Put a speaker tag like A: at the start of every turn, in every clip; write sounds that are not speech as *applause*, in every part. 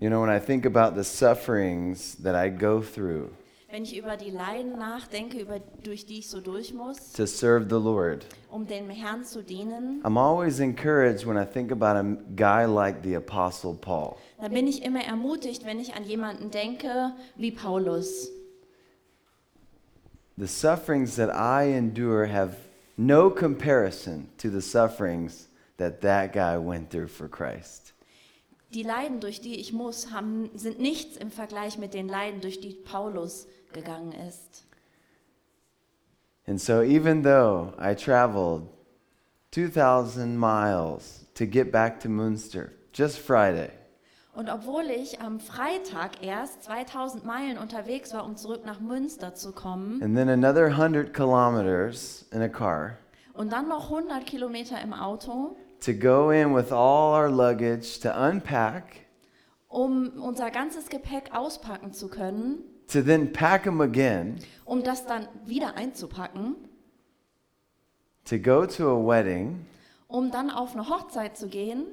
A: You know, when I think about the sufferings that I go through
B: Wenn ich über die Leiden nachdenke, über, durch die ich so durch muss,
A: to serve the Lord,
B: um dem Herrn zu dienen,
A: I'm always encouraged when I think about a guy like the Apostle Paul.
B: dann bin ich immer ermutigt, wenn ich an jemanden denke wie Paulus.
A: The sufferings that I endure have no comparison to the sufferings that that guy went through for Christ.
B: Die Leiden, durch die ich muss, haben, sind nichts im Vergleich mit den Leiden, durch die Paulus gegangen ist.
A: And so, even though I traveled 2,000 miles to get back to Munster just Friday,
B: Und obwohl ich am Freitag erst 2000 Meilen unterwegs war, um zurück nach Münster zu kommen
A: and then another 100 kilometers in a car
B: und dann noch 100 Kilometer im Auto,
A: to go in with all our luggage to unpack,
B: um unser ganzes Gepäck auspacken zu können,
A: to then pack them again,
B: um das dann wieder einzupacken,
A: to go to a wedding,
B: um dann auf eine Hochzeit zu gehen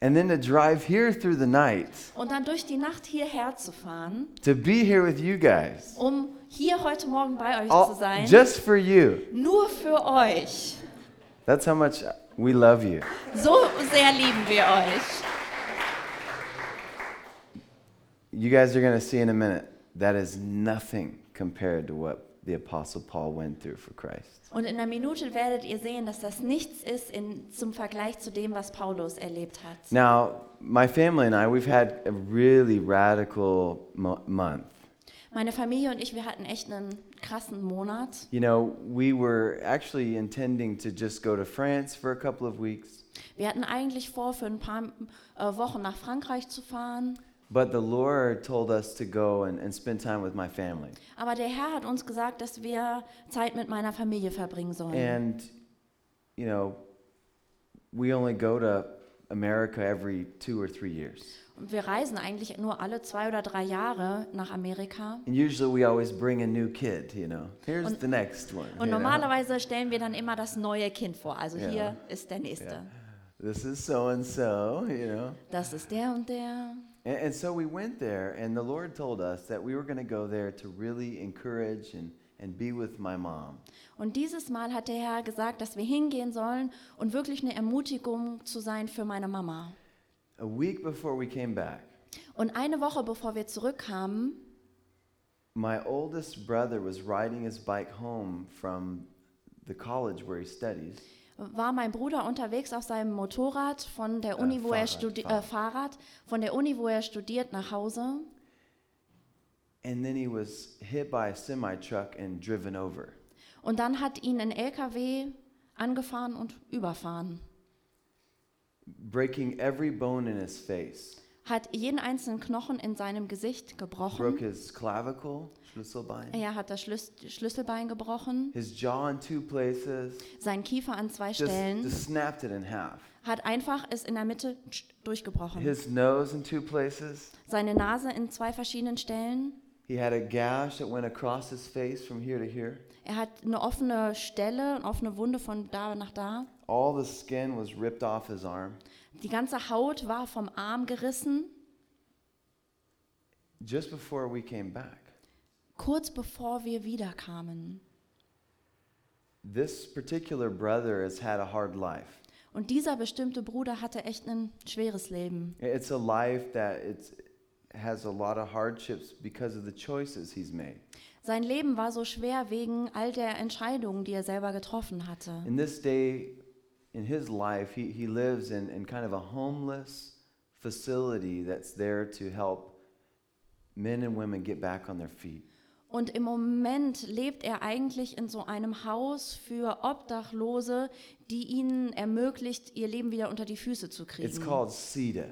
A: and then to drive here through the night
B: und dann durch die Nacht hierher zu fahren,
A: to be here with you guys.
B: um hier heute Morgen bei euch zu
A: All,
B: sein.
A: Oh, just for you.
B: nur für euch.
A: That's how much we love you.
B: So sehr lieben wir euch.
A: You guys are going to see in a minute. That is nothing compared to what the Apostle Paul went through for Christ.
B: Und in einer Minute werdet ihr sehen, dass das nichts ist in, zum Vergleich zu dem, was Paulus erlebt hat.
A: Now, my family and I, we've had a really radical mo- month.
B: Meine Familie und ich, wir hatten echt einen krassen Monat.
A: You know, we were actually intending to just go to France for a couple of weeks,
B: Wir hatten eigentlich vor, für ein paar äh, Wochen nach Frankreich zu fahren.
A: but the Lord told us to go and, and spend time with my family.
B: Aber der Herr hat uns gesagt, dass wir Zeit mit meiner Familie verbringen sollen.
A: And, you know, we only go to America every two or three years.
B: Und wir reisen eigentlich nur alle zwei oder drei Jahre nach Amerika.
A: And usually we always bring a new kid, you know. Here's the next one. you
B: Und
A: know.
B: normalerweise stellen wir dann immer das neue Kind vor. Also
A: Ja.
B: hier ist der nächste.
A: Ja. This is so and so, you know.
B: Das ist der und der.
A: And, and so we went there, and the Lord told us that we were going to go there to really encourage and, and be with my mom.
B: Und dieses Mal hat der Herr gesagt, dass wir hingehen sollen und wirklich eine Ermutigung zu sein für meine Mama.
A: A week before we came back,
B: Und eine Woche bevor wir zurückkamen,
A: my oldest brother was riding his bike home from the college where he studies.
B: war mein Bruder unterwegs auf seinem Motorrad von der
A: Äh,
B: Uni, wo er
A: Fahrrad,
B: studiert,
A: Fahrrad.
B: äh, Fahrrad, von der Uni, wo er studiert, nach Hause.
A: And then he was hit by a semi truck and driven over.
B: Und dann hat ihn ein LKW angefahren und überfahren.
A: breaking every bone in his face.
B: Hat jeden einzelnen Knochen in seinem Gesicht
A: Broke
B: gebrochen.
A: his clavicle, Schlüsselbein,
B: Er hat das Schlüs Schlüsselbein gebrochen,
A: his jaw in two places,
B: seinen Kiefer an zwei
A: just,
B: Stellen.
A: just snapped it in half.
B: hat einfach ist in der Mitte tsch- durchgebrochen.
A: His nose in two places.
B: Seine Nase in zwei verschiedenen Stellen.
A: He had a gash that went across his face from here to here.
B: Er hat eine offene Stelle, eine offene Wunde von da nach da.
A: All the skin was ripped off his arm.
B: Die ganze Haut war vom Arm gerissen.
A: Just before we came back,
B: Kurz bevor wir wiederkamen.
A: this particular brother has had a hard life.
B: Und dieser bestimmte Bruder hatte echt ein schweres Leben.
A: It's a life that it's, has a lot of hardships because of the choices he's made.
B: Sein Leben war so schwer wegen all der Entscheidungen, die er selber getroffen hatte.
A: In this day in his life, he, he lives in, in kind of a homeless facility that's there to help men and women get back on their feet.
B: Und im Moment lebt er eigentlich in so einem Haus für Obdachlose, die ihnen ermöglicht, ihr Leben wieder unter die Füße zu
A: It's
B: kriegen.
A: called CETA,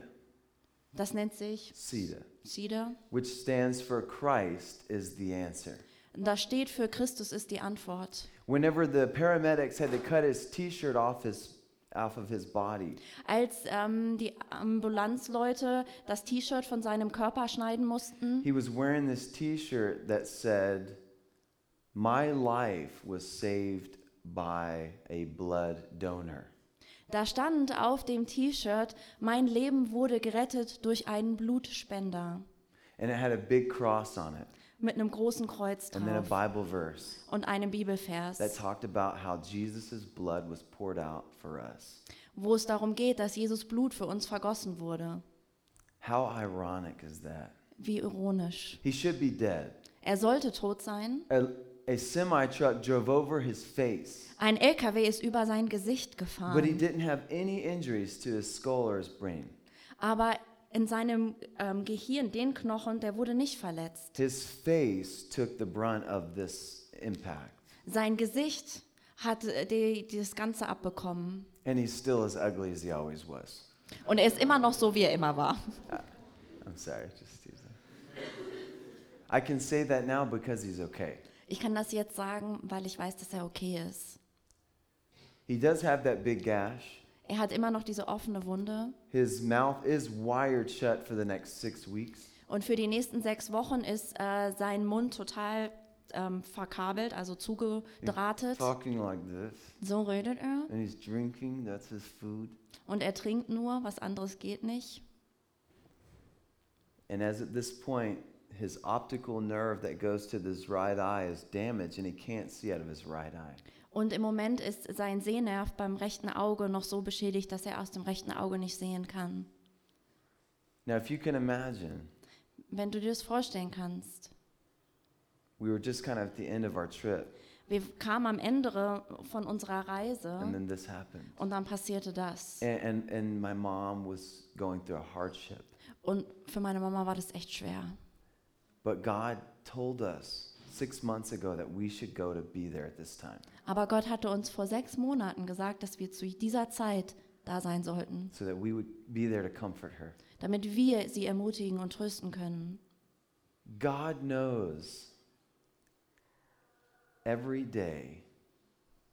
B: Das nennt sich
A: CETA,
B: SIDA.
A: which stands for Christ is the answer.
B: Da steht für Christus ist die Antwort.
A: Whenever the paramedics had to cut his t-shirt off his off of his body,
B: Als ähm, die Ambulanzleute das T-Shirt von seinem Körper schneiden mussten,
A: he was wearing this t-shirt that said, "My life was saved by a blood donor."
B: Da stand auf dem T-Shirt, mein Leben wurde gerettet durch einen Blutspender
A: And it had a big cross on it
B: mit einem großen Kreuz
A: and then a
B: drauf
A: Bible verse
B: und einem Bibelvers,
A: that talked about how Jesus' blood was poured out for us.
B: wo es darum geht, dass Jesus Blut für uns vergossen wurde.
A: How ironic is that?
B: Wie ironisch.
A: He should be dead.
B: Er sollte tot sein.
A: A, a semi truck drove over his face,
B: Ein LKW ist über sein Gesicht
A: but he
B: gefahren,
A: didn't have any injuries to his skull or his brain.
B: aber in seinem ähm, Gehirn, den Knochen, der wurde nicht verletzt.
A: His face took the brunt of this impact,
B: Sein Gesicht hat äh, die, die das Ganze abbekommen.
A: and he's still as ugly as he always was.
B: Und er ist immer noch so, wie er immer war.
A: I'm sorry, just teasing. I can say that now because he's okay.
B: Ich kann das jetzt sagen, weil ich weiß, dass er okay ist.
A: He does have that big gash.
B: Er hat immer noch diese offene Wunde.
A: His mouth is wired shut for the next six weeks.
B: Und für die nächsten sechs Wochen ist äh, sein Mund total ähm, verkabelt, also zugedrahtet.
A: Talking like this,
B: So redet er.
A: and he's drinking. That's his food.
B: Und er trinkt nur, was anderes geht nicht.
A: And as at this point, his optical nerve that goes to his right eye is damaged, and he can't see out of his right eye.
B: Und im Moment ist sein Sehnerv beim rechten Auge noch so beschädigt, dass er aus dem rechten Auge nicht sehen kann.
A: Now, if you can imagine,
B: Wenn du dir das vorstellen kannst.
A: we were just kind of at the end of our trip,
B: Wir kamen am Ende von unserer
A: and
B: Reise
A: then this happened.
B: und dann passierte das.
A: And, and and my mom was going through a hardship,
B: Und für meine Mama war das echt schwer.
A: but God told us six months ago that we should go to be there at this time,
B: Aber Gott hatte uns vor sechs Monaten gesagt, dass wir zu dieser Zeit da sein sollten,
A: so that we would be there to comfort her.
B: damit wir sie ermutigen und trösten können.
A: God knows every day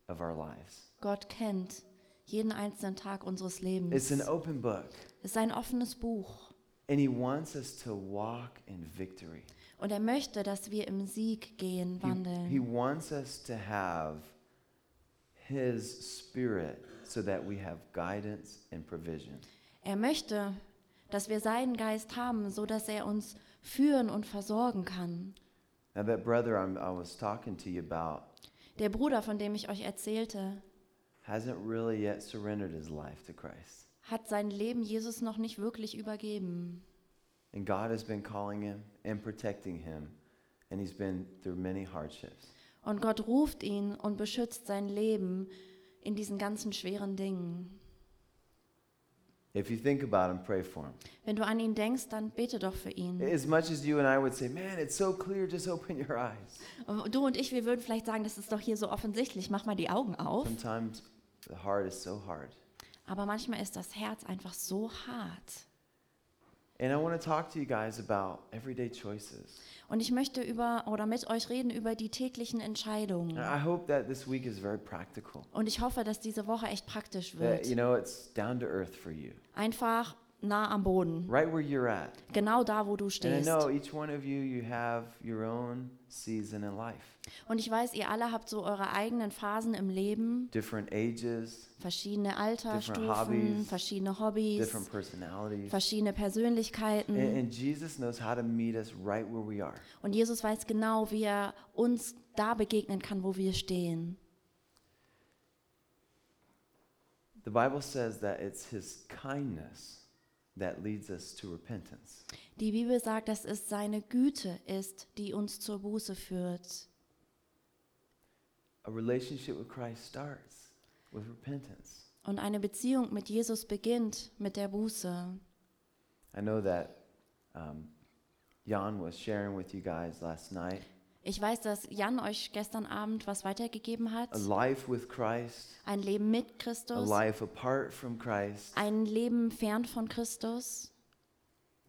A: of our lives.
B: Gott kennt jeden einzelnen Tag unseres
A: It's
B: Lebens.
A: an
B: Es
A: open book.
B: ist ein offenes Buch.
A: And he wants us to walk in victory.
B: Und er möchte, dass wir im Sieg gehen,
A: He, he
B: wandeln.
A: wants us to have his spirit so that we have guidance and provision.
B: Er möchte, dass wir seinen Geist haben, so dass er uns führen und versorgen kann.
A: Now, that brother I'm, I was talking to you about
B: Der Bruder, von dem ich euch erzählte,
A: hasn't really yet surrendered his life to Christ.
B: hat sein Leben Jesus noch nicht wirklich übergeben.
A: And God has been calling him and protecting him. And he's been through many hardships.
B: Und Gott ruft ihn und beschützt sein Leben in diesen ganzen schweren Dingen.
A: If you think about him, pray for him.
B: Wenn du an ihn denkst, dann bete doch für ihn.
A: As much as you and I would say, man, it's so clear, just open your eyes.
B: Äh, Du und ich, wir würden vielleicht sagen, das ist doch hier so offensichtlich, mach mal die Augen auf.
A: Sometimes the heart is so hard.
B: Aber manchmal ist das Herz einfach so hart.
A: And I want to talk to you guys about everyday choices.
B: Und ich möchte über oder mit euch reden über die täglichen Entscheidungen.
A: And I hope that this week is very practical.
B: Und ich hoffe, dass diese Woche echt praktisch
A: That, you
B: wird.
A: know, it's down to earth for you,
B: Einfach nah am Boden.
A: right where you're at.
B: Genau da, wo du
A: And I
B: stehst.
A: know each one of you, you have your own season in life,
B: Und ich weiß, ihr alle habt so eure eigenen Phasen im Leben,
A: different ages,
B: verschiedene Altersstufen,
A: hobbies,
B: verschiedene Hobbys,
A: different personalities.
B: verschiedene
A: And,
B: Persönlichkeiten.
A: and Jesus knows how to meet us right where we are.
B: Und Jesus weiß genau, wie er uns da begegnen kann, wo wir stehen.
A: The Bible says that it's his kindness that leads us to repentance.
B: Die Bibel sagt, dass es seine Güte ist, die uns zur Buße führt.
A: A relationship with Christ starts with repentance.
B: Und eine Beziehung mit Jesus beginnt mit der Buße.
A: I know that um, Jan was sharing with you guys last night
B: Ich weiß, dass Jan euch gestern Abend was weitergegeben hat.
A: a life with Christ,
B: Ein Leben mit
A: a
B: Christus,
A: life apart from Christ,
B: ein Leben fern von Christus.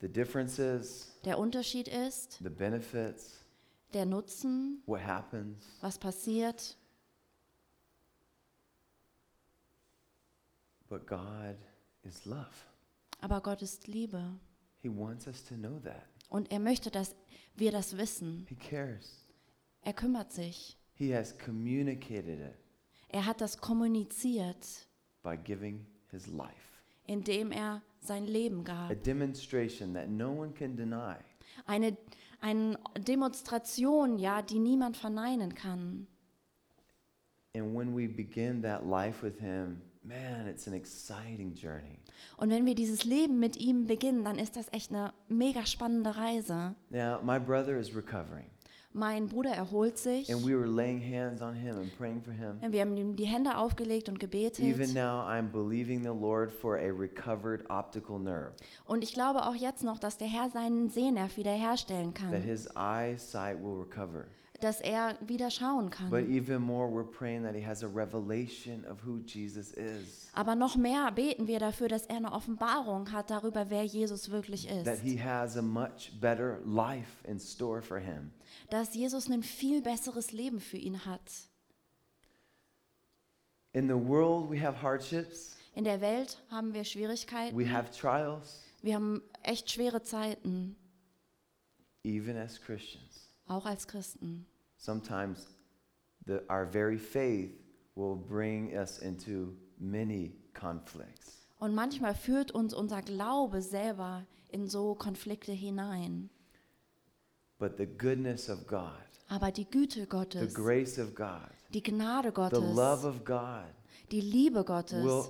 A: the differences,
B: Der Unterschied ist
A: the benefits,
B: der Nutzen,
A: what happens.
B: was passiert,
A: But God is love.
B: aber Gott ist Liebe.
A: He wants us to know that.
B: Und er möchte, dass wir das wissen.
A: He cares.
B: Er kümmert sich.
A: He has communicated it
B: Er hat das kommuniziert
A: by giving his life,
B: indem er sein Leben gab.
A: a demonstration that no one can deny
B: Eine, eine Demonstration, ja, die niemand verneinen kann.
A: And when we begin that life with Him, man, it's an exciting journey.
B: Und wenn wir dieses Leben mit ihm beginnen, dann ist das echt eine mega spannende Reise.
A: Now, my brother is recovering,
B: Mein Bruder erholt sich.
A: and we were laying hands on him and praying for him.
B: Wir haben ihm die Hände aufgelegt und
A: Even
B: gebetet.
A: now, I'm believing the Lord for a recovered optical nerve,
B: Und ich glaube auch jetzt noch, dass der Herr seinen Sehnerv wiederherstellen
A: that
B: kann,
A: his eyesight will recover.
B: dass er wieder schauen
A: But
B: kann.
A: even more, we're praying that he has a revelation of who Jesus is,
B: Aber noch mehr beten wir dafür, dass er eine Offenbarung hat darüber, wer Jesus wirklich
A: that
B: ist.
A: he has a much better life in store for him.
B: Dass Jesus ein viel besseres Leben für ihn hat.
A: In the world, we have hardships,
B: In der Welt haben wir Schwierigkeiten.
A: we have trials,
B: Wir haben echt schwere Zeiten,
A: even as Christians.
B: auch als Christen.
A: sometimes the, our very faith will bring us into many conflicts.
B: Und manchmal führt uns unser Glaube selber in so Konflikte hinein.
A: But the goodness of God,
B: Aber die Güte
A: the
B: Gottes,
A: grace of God,
B: die Gnade
A: the love
B: Gottes,
A: of God
B: die Liebe Gottes
A: will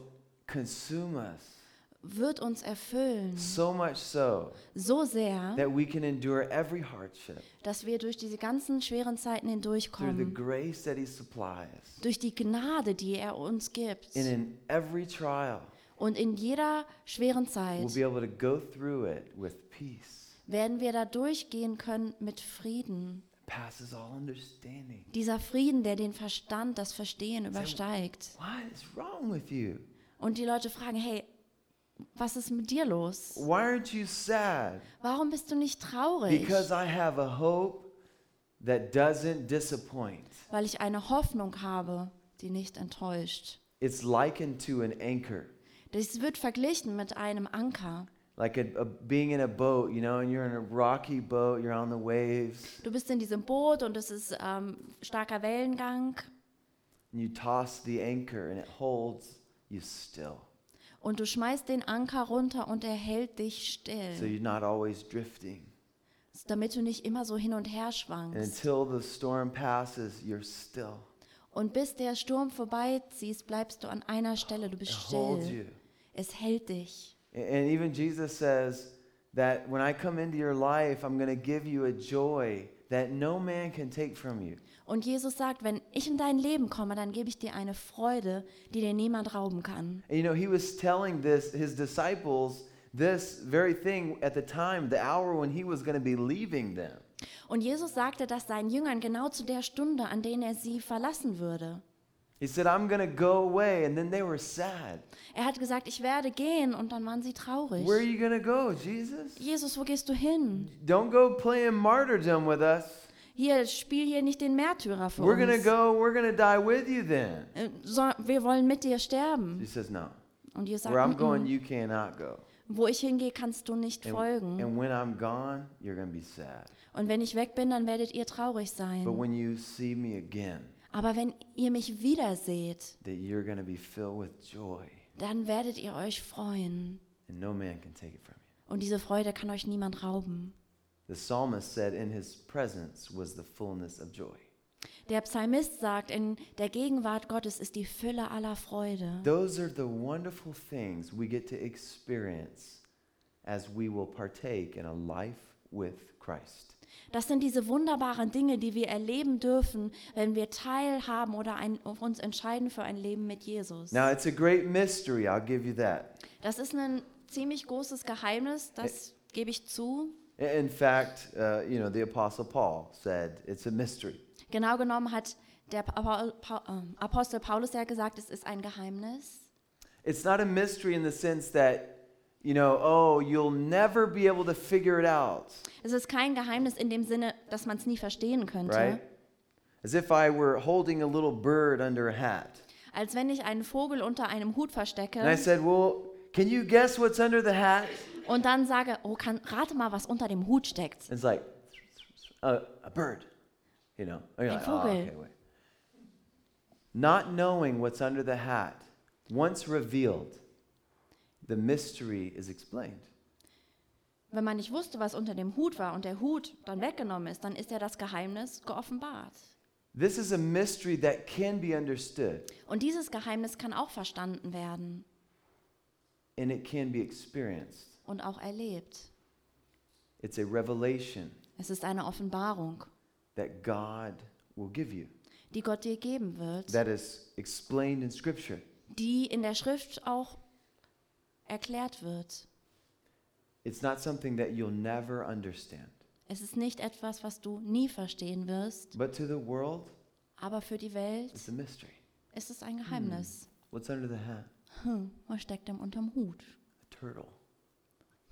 A: consume us
B: wird uns erfüllen.
A: so much so
B: So sehr,
A: that we can endure every hardship
B: dass wir durch diese ganzen schweren
A: through
B: Zeiten
A: the
B: hindurchkommen.
A: grace that He supplies.
B: Durch die Gnade, die er uns gibt.
A: And in every trial,
B: Und in jeder schweren
A: we'll be
B: Zeit
A: able to go through it with peace,
B: werden wir da durchgehen können mit Frieden.
A: passes all understanding.
B: Dieser Frieden, der den Verstand, das Verstehen übersteigt.
A: What is wrong with you?
B: Und die Leute fragen, hey, was ist mit dir los?
A: Why aren't you sad?
B: Warum bist du nicht traurig?
A: Because I have a hope that doesn't disappoint.
B: Weil ich eine Hoffnung habe, die nicht enttäuscht.
A: It's likened to an anchor,
B: Das wird verglichen mit einem Anker.
A: like a, a- being in a boat, you know, and you're in a rocky boat, you're on the waves,
B: Du bist in diesem Boot und es ist ähm, starker Wellengang
A: and you toss the anchor and it holds you still.
B: und du schmeißt den Anker runter und er hält dich
A: So
B: still,
A: you're not always drifting.
B: damit du nicht immer so hin und her
A: And
B: schwankst.
A: until the storm passes, you're still.
B: Und bis der Sturm vorbeizieht, bleibst du an einer Stelle, du
A: It
B: bist
A: holds
B: still.
A: you.
B: Es hält dich.
A: A- And even Jesus says that when I come into your life, I'm going to give you a joy that no man can take from you.
B: Und Jesus sagt, wenn ich in dein Leben komme, dann gebe ich dir eine Freude, die dir niemand rauben kann.
A: And you know, he was telling this his disciples this very thing at the time, the hour when he was going to be leaving them.
B: Und Jesus sagte das seinen Jüngern genau zu der Stunde, an denen er sie verlassen würde.
A: He said, "I'm going to go away," and then they were sad.
B: Er hat gesagt, ich werde gehen und dann waren sie traurig.
A: Where are you going to go, Jesus?
B: Jesus, wo gehst du hin?
A: Don't go playing martyrdom with us.
B: Hier, spiel hier nicht den Märtyrer für
A: We're going to
B: uns.
A: go. We're going to die with you then.
B: Äh, So, wir wollen mit dir sterben.
A: He says, "No.
B: Und Jesus
A: Where I'm
B: sagt,
A: going,
B: "Mm,
A: you cannot go.
B: wo ich hingehe, kannst du nicht
A: And,
B: folgen.
A: and when I'm gone, you're going to be sad.
B: Und wenn ich weg bin, dann werdet ihr traurig
A: But
B: sein.
A: when you see me again,
B: Aber wenn ihr mich wiederseht,
A: that you're going to be filled with joy,
B: dann werdet ihr euch freuen.
A: and no man can take it from you."
B: Und diese Freude kann euch niemand rauben.
A: The psalmist said, In his presence was the fullness of joy.
B: Der Psalmist sagt, in der Gegenwart Gottes ist die Fülle aller Freude.
A: Those are the wonderful things we get to experience as we will partake in a life with Christ.
B: Das sind diese wunderbaren Dinge, die wir erleben dürfen, wenn wir teilhaben oder ein, uns entscheiden für ein Leben mit Jesus.
A: Now, it's a great mystery, I'll give you that.
B: Das ist ein ziemlich großes Geheimnis, das gebe ich zu.
A: I- In fact, uh, you know, the Apostle Paul said it's a mystery.
B: Genau genommen hat der Paul, Pa- ähm, Apostel Paulus ja gesagt, es ist ein Geheimnis.
A: It's not a mystery in the sense that, you know, oh, you'll never be able to figure it out,
B: Es ist kein Geheimnis in dem Sinne, dass man es nie verstehen könnte.
A: right? As if I were holding a little bird under a hat.
B: Als wenn ich einen Vogel unter einem Hut verstecke
A: And I said, Well, can you guess what's under the hat?
B: und dann sage, oh, kann, rate mal, was unter dem Hut steckt.
A: It's like a, a bird, you know. And you're
B: Ein
A: like, "Oh,
B: Vogel."
A: okay, wait." Not knowing what's under the hat, once revealed, the mystery is explained.
B: Wenn man nicht wusste, was unter dem Hut war und der Hut dann weggenommen ist, dann ist ja das Geheimnis geoffenbart.
A: This is a mystery that can be understood
B: Und dieses Geheimnis kann auch verstanden werden
A: and it can be experienced.
B: und auch erlebt.
A: It's a revelation
B: Es ist eine Offenbarung,
A: that God will give you
B: die Gott dir geben wird,
A: that is explained in Scripture.
B: die in der Schrift auch erklärt wird.
A: It's not something that you'll never understand.
B: Es ist nicht etwas, was du nie verstehen wirst,
A: But to the world,
B: aber für die Welt
A: it's a mystery.
B: ist es ein Geheimnis.
A: What's under the hat?
B: Hm, was steckt denn unterm Hut?
A: A turtle,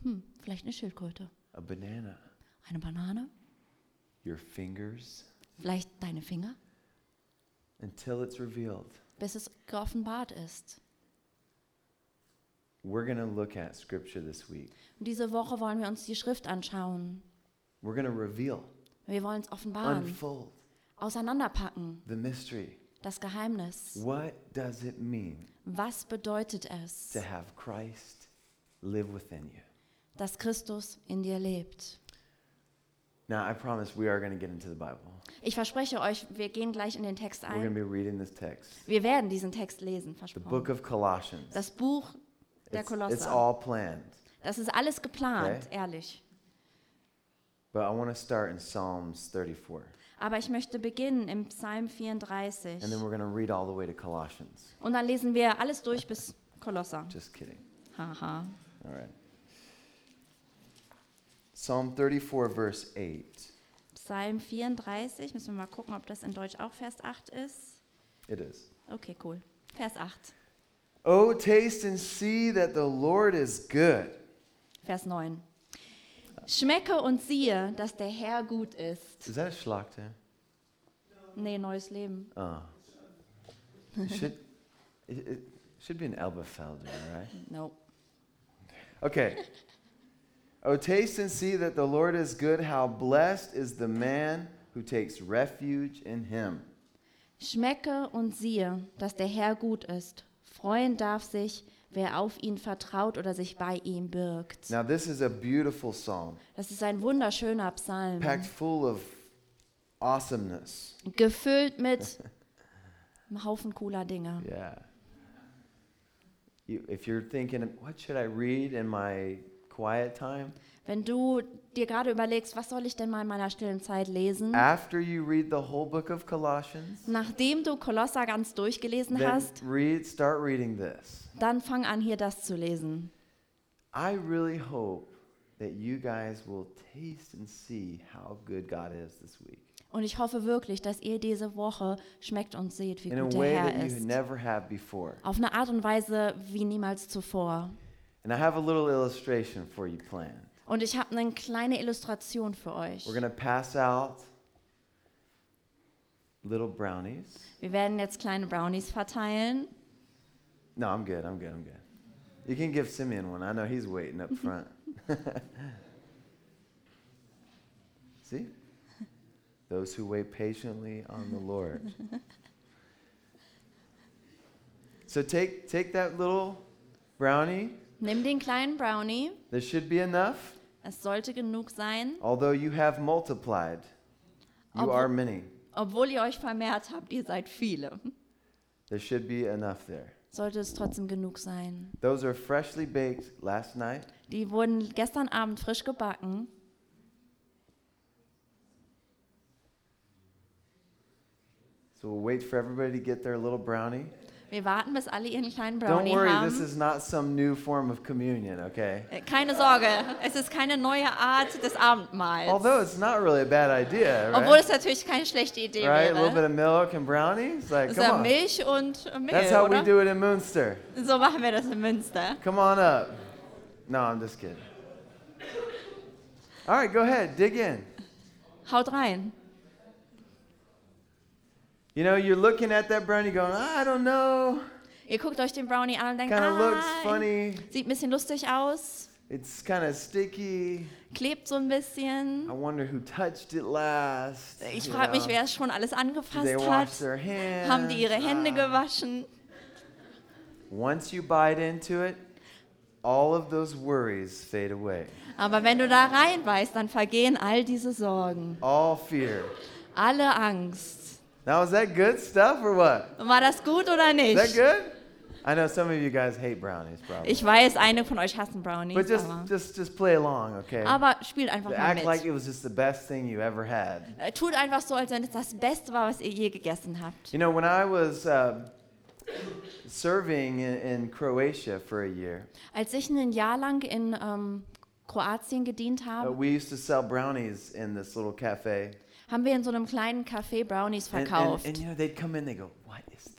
B: Hm, vielleicht eine Schildkröte,
A: a banana,
B: eine Banane,
A: your fingers,
B: vielleicht deine Finger,
A: until it's revealed.
B: bis es geoffenbart ist.
A: We're going to look at Scripture this week.
B: Und diese Woche wollen wir uns die Schrift anschauen.
A: We're going to reveal,
B: Wir wollen es offenbaren,
A: unfold
B: auseinanderpacken,
A: the mystery.
B: das Geheimnis.
A: What does it mean
B: Was bedeutet es,
A: to have Christ live within you?
B: dass Christus in dir lebt?
A: Now, I promise we are going to get into the Bible.
B: Ich verspreche euch, wir gehen gleich in den Text
A: We're going to
B: ein.
A: be reading this text.
B: Wir werden diesen Text lesen,
A: The book
B: versprochen.
A: of Colossians.
B: Das Buch der
A: It's, it's
B: Kolosser.
A: all planned.
B: Das ist alles geplant,
A: Okay.
B: ehrlich.
A: But I want to start in Psalms 34.
B: Aber ich möchte beginnen im Psalm 34.
A: And then we're going to read all the way to Colossians.
B: Und dann lesen wir alles durch bis Kolosser.
A: Just kidding.
B: Haha.
A: All right. Psalm 34, verse 8.
B: Psalm 34, müssen wir mal gucken, ob das in Deutsch auch Vers 8 ist.
A: It is.
B: Okay, cool. Vers 8.
A: Oh, taste and see that the Lord is good.
B: Vers 9. Schmecke und siehe, dass der Herr gut ist.
A: Is that a schlachter?
B: Nee, neues Leben.
A: Oh. It should, it, it should be an Elberfelder, right?
B: No.
A: Okay. oh, taste and see that the Lord is good. How blessed is the man who takes refuge in him.
B: Schmecke und siehe, dass der Herr gut ist. Freuen darf sich, wer auf ihn vertraut oder sich bei ihm birgt.
A: Now, this is a beautiful psalm,
B: Das ist ein wunderschöner Psalm,
A: packed full of awesomeness.
B: gefüllt mit einem Haufen cooler Dinge.
A: Yeah. You, if you're thinking, what should I read in my quiet time?
B: Wenn du dir gerade überlegst, was soll ich denn mal in meiner stillen Zeit lesen?
A: After you read the whole book of Colossians,
B: Nachdem du Kolosser ganz durchgelesen
A: then
B: hast,
A: read, start reading this.
B: dann fang an, hier das zu lesen.
A: I really hope that you guys will taste and see how good God is this week
B: Und ich hoffe wirklich, dass ihr diese Woche schmeckt und seht, wie
A: in a
B: gut der
A: way
B: Herr
A: that you
B: ist.
A: never have before.
B: Auf eine Art und Weise wie niemals zuvor.
A: And I have a little illustration for you planned.
B: Und ich habe eine kleine Illustration für euch.
A: We're going to pass out little brownies.
B: Wir werden jetzt kleine Brownies verteilen.
A: No, I'm good. I'm good. I'm good. You can give Simeon one. I know he's waiting up front. *laughs* See? Those who wait patiently on the Lord. So take take that little brownie.
B: Nimm den kleinen Brownie.
A: There should be enough.
B: Es sollte genug sein,
A: Although you have multiplied, you
B: Obwohl-
A: are many.
B: obwohl ihr euch vermehrt habt. Ihr seid viele.
A: There should be enough there.
B: Sollte es trotzdem genug sein.
A: Those are freshly baked last night.
B: Die wurden gestern Abend frisch gebacken.
A: So we'll wait for everybody to get their little brownie.
B: Wir warten, bis alle ihren kleinen
A: Don't
B: Brownie
A: worry, this
B: haben.
A: is not some new form of communion, okay?
B: Äh, Keine Sorge, es ist keine neue Art des Abendmahls.
A: Although it's not really a bad idea,
B: Obwohl
A: right?
B: es natürlich keine schlechte Idee
A: Right? A little bit
B: wäre.
A: of milk and brownies? Like,
B: Das ist
A: come
B: ja
A: on.
B: Milch und äh, Mehl,
A: That's how we
B: oder?
A: do it in Munster.
B: So machen wir das in Münster.
A: Come on up. No, I'm just kidding. All right, go ahead, dig in.
B: Haut rein.
A: You know, you're looking at that brownie going, I don't know.
B: Ihr guckt euch den Brownie an und denkt,
A: Kind of looks
B: ah,
A: funny.
B: sieht ein bisschen lustig aus,
A: It's kind of sticky.
B: klebt so ein bisschen.
A: I wonder who touched it last.
B: Ich
A: you
B: frage mich,
A: know.
B: wer es schon alles
A: Did they
B: angefasst
A: wash
B: hat.
A: their hands?
B: Haben die ihre Hände
A: Ah.
B: gewaschen?
A: Once you bite into it, all of those worries fade away.
B: Aber wenn du da reinbeißt, dann vergehen all diese Sorgen,
A: All fear.
B: alle Angst.
A: Now, is that good stuff or what?
B: War das gut oder
A: Is that
B: nicht?
A: good? I know some of you guys hate brownies, probably.
B: Ich weiß, einige von euch hassen Brownies,
A: But just,
B: aber,
A: just, just play along, okay?
B: aber spielt einfach mal
A: Act like
B: mit.
A: it was just the best thing you ever had.
B: Äh, Tut einfach so, als wenn es das Beste war, was ihr je gegessen habt.
A: You know, when I was uh, serving in, in Croatia for a year,
B: Als ich ein Jahr lang in ähm, Kroatien gedient
A: uh,
B: habe,
A: we used to sell brownies in this little cafe.
B: haben wir in so einem kleinen Café Brownies
A: And, and,
B: verkauft.
A: and you know, they'd come in, they go, "What is that?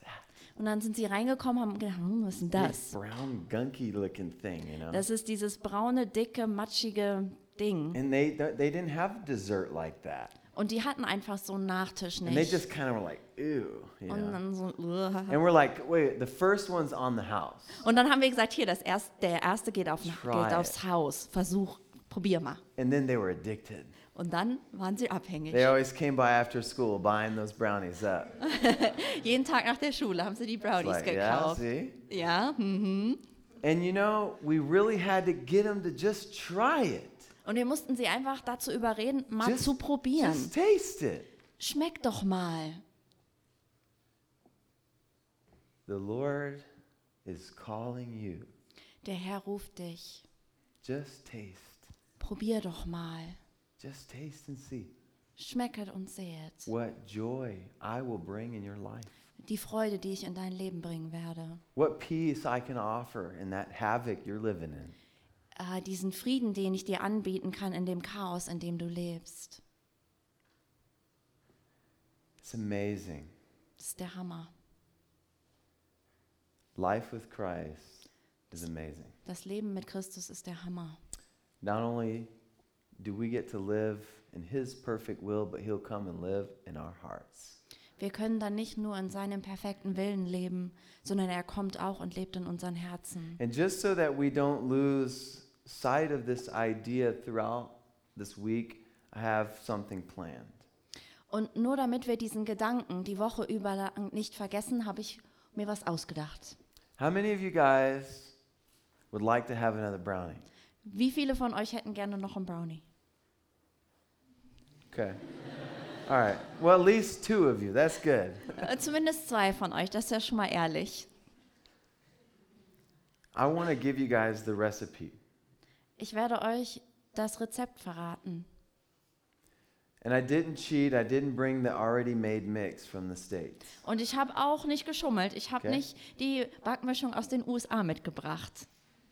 B: Und dann sind sie reingekommen, haben gedacht, hm, was ist denn
A: This
B: das?
A: brown, gunky-looking thing," you know.
B: Das ist dieses braune, dicke, matschige Ding.
A: And they they they didn't have dessert like that.
B: Und die hatten einfach so einen Nachtisch
A: And they
B: nicht.
A: just kind of were like, "Ew," you
B: Und
A: know.
B: dann so, uah.
A: And we're like, "Wait, the first one's on the house.
B: Und dann haben wir gesagt, hier, das erst, der erste geht, auf,
A: Try
B: geht
A: it.
B: aufs Haus. Versuch, probier mal.
A: And then they were addicted.
B: Und dann waren sie abhängig.
A: They always came by after school buying those brownies up. It's
B: Jeden Tag nach der Schule haben sie die Brownies
A: like, yeah,
B: gekauft.
A: see?
B: Ja, mhm.
A: And you know, we really had to get them to just try it.
B: Und wir mussten sie einfach dazu überreden, mal
A: Just-
B: zu probieren.
A: Just taste it.
B: Schmeckt doch mal.
A: The Lord is calling you.
B: Der Herr ruft dich.
A: Just taste.
B: Probier doch mal.
A: Just taste and see
B: Schmecket und sehet.
A: what joy I will bring in your life.
B: Die Freude, die ich in dein Leben bringen werde.
A: What peace I can offer in that havoc you're living in.
B: Äh, diesen Frieden, den ich dir anbieten kann in dem Chaos, in dem du lebst.
A: It's amazing.
B: Das ist der Hammer.
A: Life with Christ is amazing.
B: Das Leben mit Christus ist der Hammer.
A: Not only do we get to live in His perfect will, but He'll come and live in our hearts.
B: Wir können dann nicht nur in seinem perfekten Willen leben, sondern er kommt auch und lebt in unseren Herzen.
A: And just so that we don't lose sight of this idea throughout this week, I have something planned.
B: Und nur damit wir diesen Gedanken die Woche über lang nicht vergessen, habe ich mir was ausgedacht.
A: How many of you guys would like to have another brownie?
B: Wie viele von euch hätten gerne noch einen Brownie?
A: Okay. All right. Well, at least two of you. That's good.
B: Äh, Zumindest zwei von euch, das ist ja schon mal ehrlich.
A: I want to give you guys the recipe.
B: Ich werde euch das Rezept verraten.
A: And I didn't cheat. I didn't bring the already made mix from the States.
B: Und ich habe auch nicht geschummelt. Ich habe
A: Okay.
B: nicht die Backmischung aus den USA mitgebracht.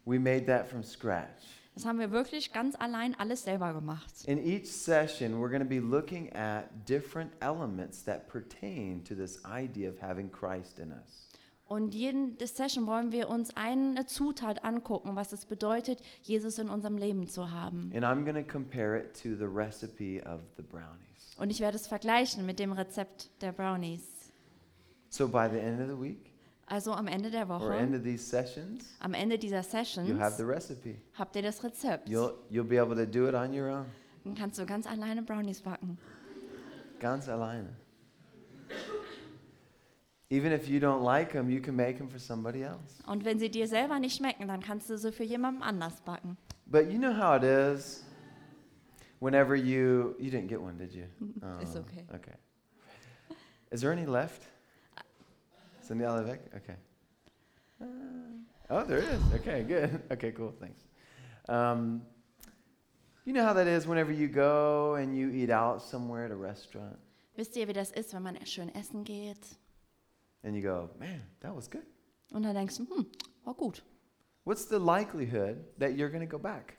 A: We made that from scratch.
B: Das haben wir wirklich ganz allein alles selber gemacht.
A: In each session, we're going to be looking at different elements that pertain to this idea of having Christ in us.
B: Und jeden Session wollen wir uns eine Zutat angucken, was es bedeutet, Jesus in unserem Leben zu haben.
A: And I'm going to compare it to the recipe of the brownies.
B: Und ich werde es vergleichen mit dem Rezept der Brownies.
A: So by the end of the week
B: Also am Ende der
A: or end
B: Woche,
A: of these sessions,
B: am Ende dieser
A: you have
B: Sessions,
A: the recipe.
B: habt ihr das Rezept.
A: You'll, you'll be able to do it on your own.
B: Dann kannst du ganz alleine Brownies backen.
A: Ganz alleine. Even if you don't like them, you can make them for somebody else.
B: Und wenn sie dir selber nicht schmecken, dann kannst du sie für jemanden anders backen.
A: But you know how it is. Whenever you you didn't get one, did you?
B: *laughs* It's
A: Oh,
B: okay.
A: Okay. Is there any left? Is any other back? Okay. Uh, oh, there is. Okay, good. *laughs* Okay, cool. Thanks. Um, you know how that is whenever you go and you eat out somewhere at a restaurant
B: Wisst ihr, wie das ist, wenn man schön essen geht?
A: and you go, man, that was good.
B: Und dann denkst du, hm, war gut.
A: What's the likelihood that you're going to go back?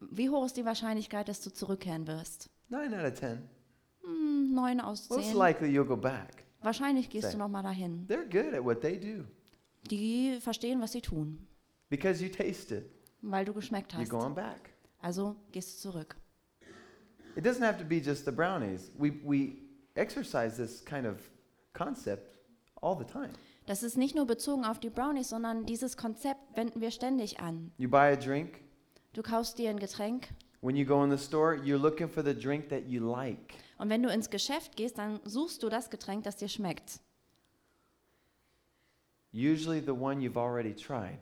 B: Wie hoch ist die Wahrscheinlichkeit, dass du zurückkehren wirst?
A: Nine out of ten.
B: Hm, neun aus
A: Most
B: zehn.
A: likely you'll go back.
B: Wahrscheinlich gehst
A: Zehn.
B: du nochmal dahin.
A: They're good at what they do
B: Die verstehen, was sie tun,
A: because you taste it.
B: weil du geschmeckt
A: You're
B: hast.
A: going back.
B: Also gehst du zurück.
A: It doesn't have to be just the brownies. We, we exercise this kind of concept all the time.
B: Das ist nicht nur bezogen auf die Brownies, sondern dieses Konzept wenden wir ständig an.
A: You buy a drink.
B: Du kaufst dir ein Getränk
A: When you go in the store, you're looking for the drink that you like.
B: und wenn du ins Geschäft gehst, dann suchst du das Getränk, das dir schmeckt.
A: Usually the one you've already tried.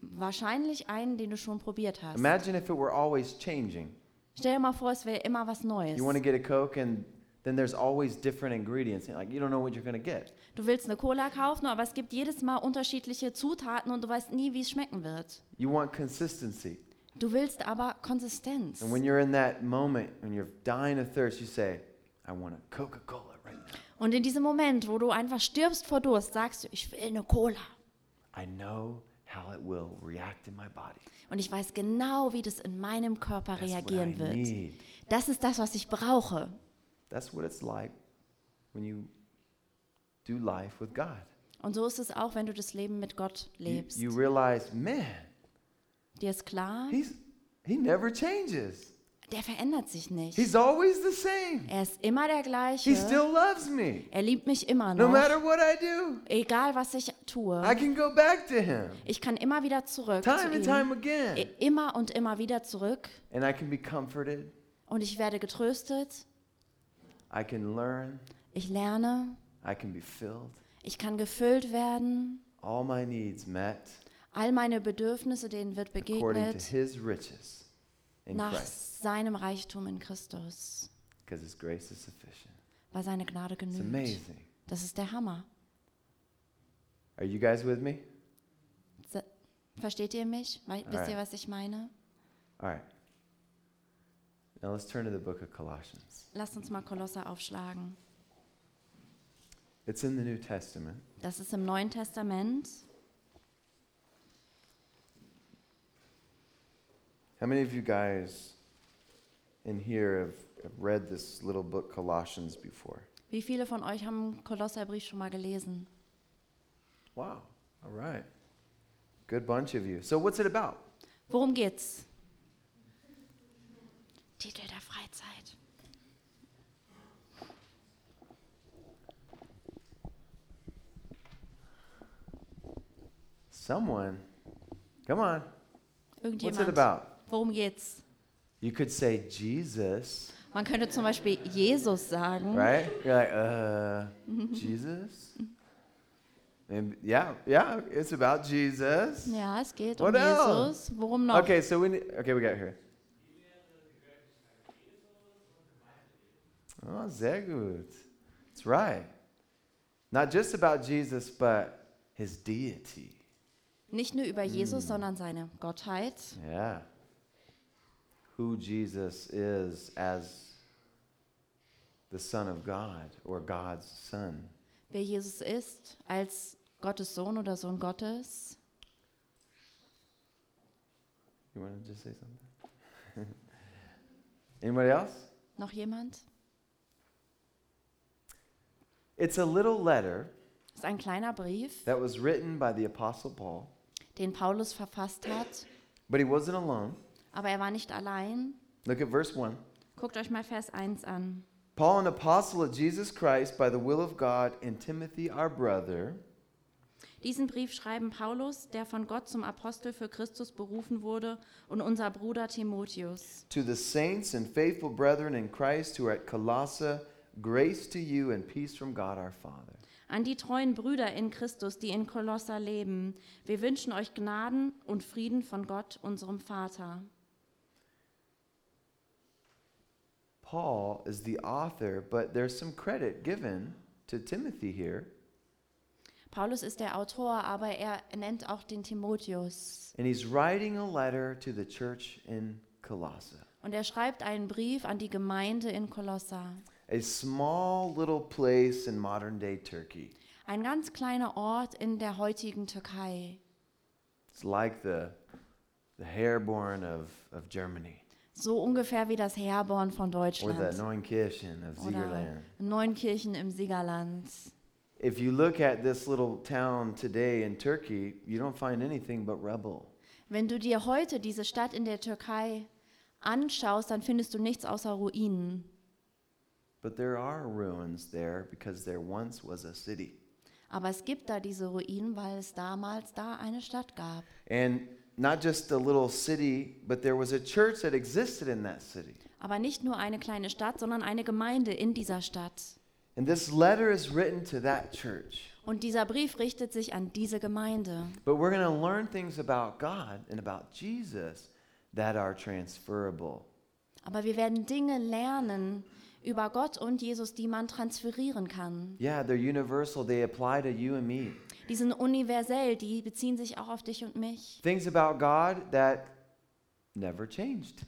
B: Wahrscheinlich einen, den du schon probiert hast.
A: Imagine if it were always changing.
B: Stell dir mal vor, es wäre immer was Neues.
A: You want to get a Coke, and then there's always different ingredients. and, Like you don't know what you're gonna get.
B: Du willst eine Cola kaufen, aber es gibt jedes Mal unterschiedliche Zutaten und du weißt nie, wie es schmecken wird.
A: You want consistency.
B: Du willst aber Konsistenz.
A: And when you're in that moment, when you're dying of thirst, you say, "I want a Coca-Cola right now.
B: Und in diesem Moment, wo du einfach stirbst vor Durst, sagst du, ich will eine Cola.
A: I know how it will react in my body.
B: Und ich weiß genau, wie das in meinem Körper
A: That's what I
B: reagieren wird.
A: need.
B: Das ist das, was ich brauche.
A: That's what it's like when you do life with God.
B: Und so ist es auch, wenn du das Leben mit Gott
A: You,
B: lebst.
A: you realize, man,
B: Dir ist klar,
A: he's he never changes.
B: der verändert sich nicht.
A: He's always the same.
B: Er ist immer der
A: He
B: gleiche.
A: still loves me.
B: Er liebt mich immer
A: No
B: noch.
A: matter what I do,
B: Egal, was ich
A: I
B: tue.
A: can go back to him
B: Ich kann immer wieder zurück zu
A: time and time
B: ihm.
A: again.
B: I- Immer und immer wieder zurück.
A: And I can be comforted.
B: Und ich werde getröstet.
A: I can learn.
B: Ich lerne.
A: I can be filled.
B: Ich kann gefüllt werden.
A: All my needs met
B: All meine Bedürfnisse, denen wird
A: according to
B: begegnet.
A: his riches in
B: nach
A: Christ.
B: seinem Reichtum in Christus,
A: Because his grace is sufficient.
B: weil seine Gnade
A: It's
B: genügt.
A: amazing.
B: Das ist der Hammer.
A: Are you guys with me?
B: Se- Versteht ihr mich? Wei- Wisst
A: Alright.
B: ihr, was ich meine?
A: All right. Now let's turn to the book of Colossians.
B: Lasst uns mal Kolosser aufschlagen.
A: It's in the New Testament.
B: Das ist im Neuen Testament.
A: How many of you guys in here have, have read this little book, Colossians, before?
B: Wie viele von euch haben Kolosserbrief schon mal gelesen?
A: Wow. All right. Good bunch of you. So, what's it about?
B: Worum geht's? Titel der Freizeit.
A: Someone. Come on. What's it
B: Irgendjemand.
A: about?
B: Worum geht's?
A: You could say Jesus,
B: Man könnte zum Beispiel Jesus sagen.
A: right? You're like, uh, Jesus? And yeah, yeah, it's about Jesus.
B: Ja, es geht
A: What
B: um
A: else?
B: Jesus. Worum noch?
A: Okay, so we need, okay, we got here. Oh, sehr gut. That's right. Not just about Jesus, but his deity.
B: Nicht nur über
A: Mm.
B: Jesus, sondern seine Gottheit.
A: Yeah. Who Jesus is as the Son of God or God's Son.
B: wer Jesus ist als Gottes Sohn oder Sohn Gottes.
A: You want to just say something? *laughs* Anybody else?
B: Noch jemand?
A: It's a little letter
B: Das ist ein kleiner Brief,
A: that was written by the Apostle Paul,
B: den Paulus verfasst hat,
A: but he wasn't alone.
B: aber er war nicht allein.
A: Look at verse 1.
B: Guckt euch mal Vers 1 an.
A: Paul, an apostle of Jesus Christ by the will of God, and Timothy, our brother,
B: Diesen Brief schreiben Paulus, der von Gott zum Apostel für Christus berufen wurde, und unser Bruder Timotheus.
A: to the saints and faithful brethren in Christ who are at Colossae, grace to you and peace from God our Father.
B: An die treuen Brüder in Christus, die in Kolosser leben, wir wünschen euch Gnaden und Frieden von Gott, unserem Vater.
A: Paul is the author, but there's some credit given to Timothy here,
B: Paulus ist der Autor, aber er nennt auch den Timotheus.
A: and he's writing a letter to the church in Colossae.
B: Und er schreibt einen Brief an die Gemeinde in Kolossa,
A: A small little place in modern day Turkey.
B: ein ganz kleiner Ort in der heutigen Türkei.
A: It's like the, the Herborn of, of Germany,
B: So ungefähr wie das Herborn von
A: or the
B: Deutschland
A: Neunkirchen of
B: oder
A: Siegerland.
B: Neunkirchen im Siegerland.
A: If you look at this little town today in Turkey, you don't find anything but rubble.
B: Wenn du dir heute diese Stadt in der Türkei anschaust, dann findest du nichts außer Ruinen.
A: But there are ruins there because there once was a city.
B: Aber es gibt da diese Ruinen, weil es damals da eine Stadt gab.
A: And not just a little city, but there was a church that existed in that city.
B: Aber nicht nur eine kleine Stadt, sondern eine Gemeinde in dieser Stadt.
A: And this letter is written to that church.
B: Und dieser Brief richtet sich an diese Gemeinde.
A: But we're going to learn things about God and about Jesus that are transferable.
B: Aber wir werden Dinge lernen über Gott und Jesus, die man transferieren kann.
A: Yeah, they're universal, they apply to you and me.
B: Die sind universell, die beziehen sich auch auf dich und mich.
A: Things about God that never changed.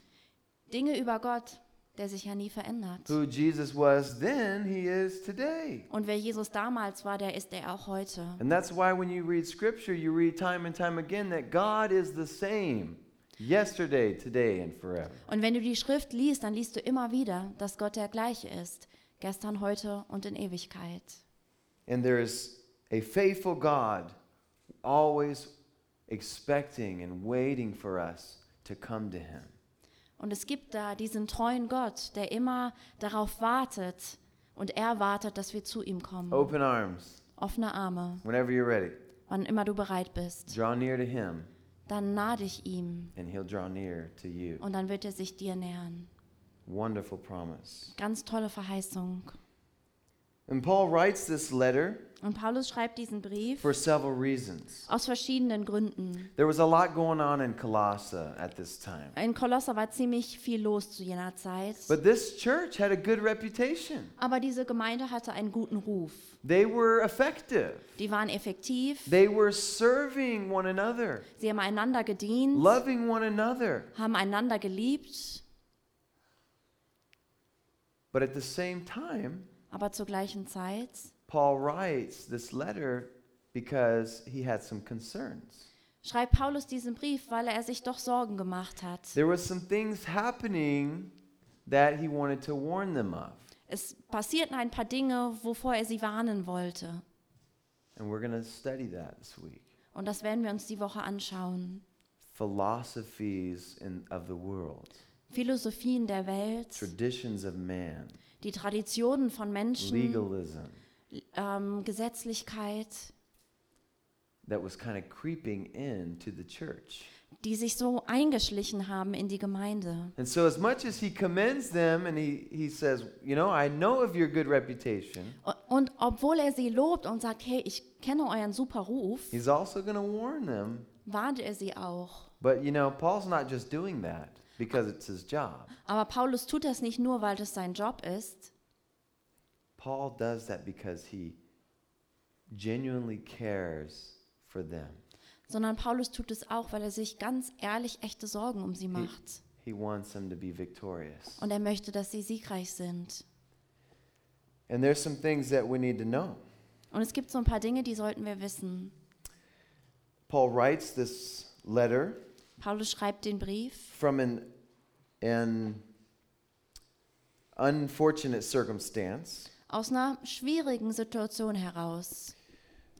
B: Dinge über Gott, der sich ja nie verändert.
A: Who Jesus was then, he is today.
B: Und wer Jesus damals war, der ist er auch heute.
A: And that's why when you read scripture, you read time and time again that God is the same yesterday, today, and forever.
B: Und wenn du die Schrift liest, dann liest du immer wieder, dass Gott der gleiche ist, gestern, heute und in Ewigkeit.
A: And there is a faithful God always expecting and waiting for us to come to him.
B: Und es gibt da diesen treuen Gott, der immer darauf wartet und er wartet, dass wir zu ihm kommen.
A: Open arms
B: Offene Arme,
A: whenever you're ready.
B: wann immer du bereit bist,
A: Draw near to him,
B: dann nah dich ihm
A: and he'll draw near to you.
B: und dann wird er sich dir nähern.
A: Wonderful promise.
B: Ganz tolle Verheißung.
A: And Paul writes this letter
B: Und Paulus schreibt diesen Brief
A: for several reasons.
B: aus verschiedenen Gründen.
A: There was a lot going on in Colossae at this time.
B: In Kolosser war ziemlich viel los zu jener Zeit.
A: But this church had a good reputation.
B: Aber diese Gemeinde hatte einen guten Ruf.
A: They were effective.
B: Die waren effektiv,
A: They were serving one another,
B: sie haben einander gedient,
A: loving one another.
B: haben einander geliebt,
A: But at the same time,
B: aber zur gleichen Zeit.
A: Paul writes this letter because he had some concerns.
B: Schreibt Paulus diesen Brief, weil er sich doch Sorgen gemacht hat.
A: There was some things happening that he wanted to warn them of.
B: Es passierten ein paar Dinge, wovor er sie warnen wollte.
A: And we're going to study that this week.
B: Und das werden wir uns die Woche anschauen.
A: Philosophies in, of the world,
B: Philosophien der Welt,
A: traditions of man,
B: die Traditionen von Menschen,
A: legalism
B: ähm, Gesetzlichkeit,
A: that was kind of creeping into the church.
B: die sich so eingeschlichen haben in die Gemeinde.
A: And so, as much as he commends them and he, he says, You know, I know of your good reputation,
B: O- Und obwohl er sie lobt und sagt, hey, ich kenne euren super Ruf,
A: he's also going to warn them.
B: warnt er sie auch.
A: But, you know, Paul's not just doing that because it's his job.
B: Aber Paulus tut das nicht nur, weil das sein Job ist.
A: Paul does that because he genuinely cares for them.
B: Sondern Paulus tut es auch, weil er sich ganz ehrlich echte Sorgen um sie macht.
A: He wants them to be victorious.
B: Und er möchte, dass sie siegreich sind.
A: And there's some things that we need to know.
B: Und es gibt so ein paar Dinge, die sollten wir wissen.
A: Paul writes this letter
B: Paulus schreibt den Brief
A: from an, an unfortunate circumstance.
B: aus einer schwierigen Situation heraus.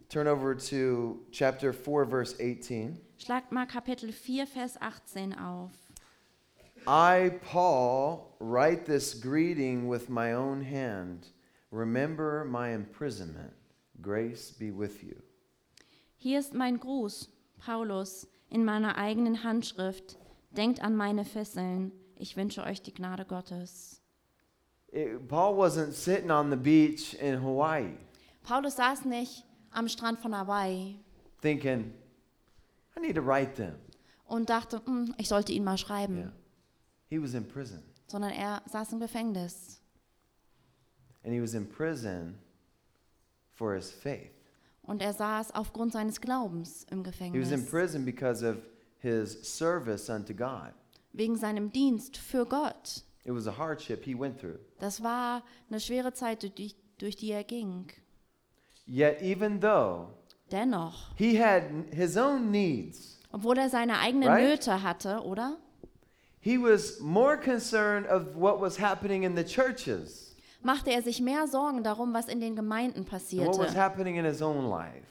A: Turn over to chapter 4, verse 18.
B: Schlagt mal Kapitel 4, Vers 18 auf.
A: I, Paul, write this greeting with my own hand. Remember my imprisonment. Grace be with you.
B: Hier ist mein Gruß, Paulus, in meiner eigenen Handschrift. Denkt an meine Fesseln. Ich wünsche euch die Gnade Gottes.
A: It- Paul wasn't sitting on the beach in Hawaii
B: Paulus saß nicht am Strand von Hawaii
A: thinking, I need to write them.
B: und dachte, "Hm, ich sollte ihn mal schreiben,
A: Yeah. He was in prison.
B: sondern er saß im Gefängnis
A: And he was in prison for his faith.
B: und er saß aufgrund seines Glaubens
A: He
B: im
A: was in
B: Gefängnis
A: prison because of his service unto God.
B: wegen seinem Dienst für Gott.
A: It was a hardship he went through.
B: Das war eine schwere Zeit, durch die, durch die er ging.
A: Yet, even though
B: Dennoch,
A: he had n- his own needs,
B: obwohl er seine eigenen
A: Right?
B: Nöte hatte, oder?
A: he was more concerned of what was happening in the churches
B: machte er sich mehr Sorgen darum, was in den
A: than
B: Gemeinden
A: what was
B: passierte,
A: happening in his own life.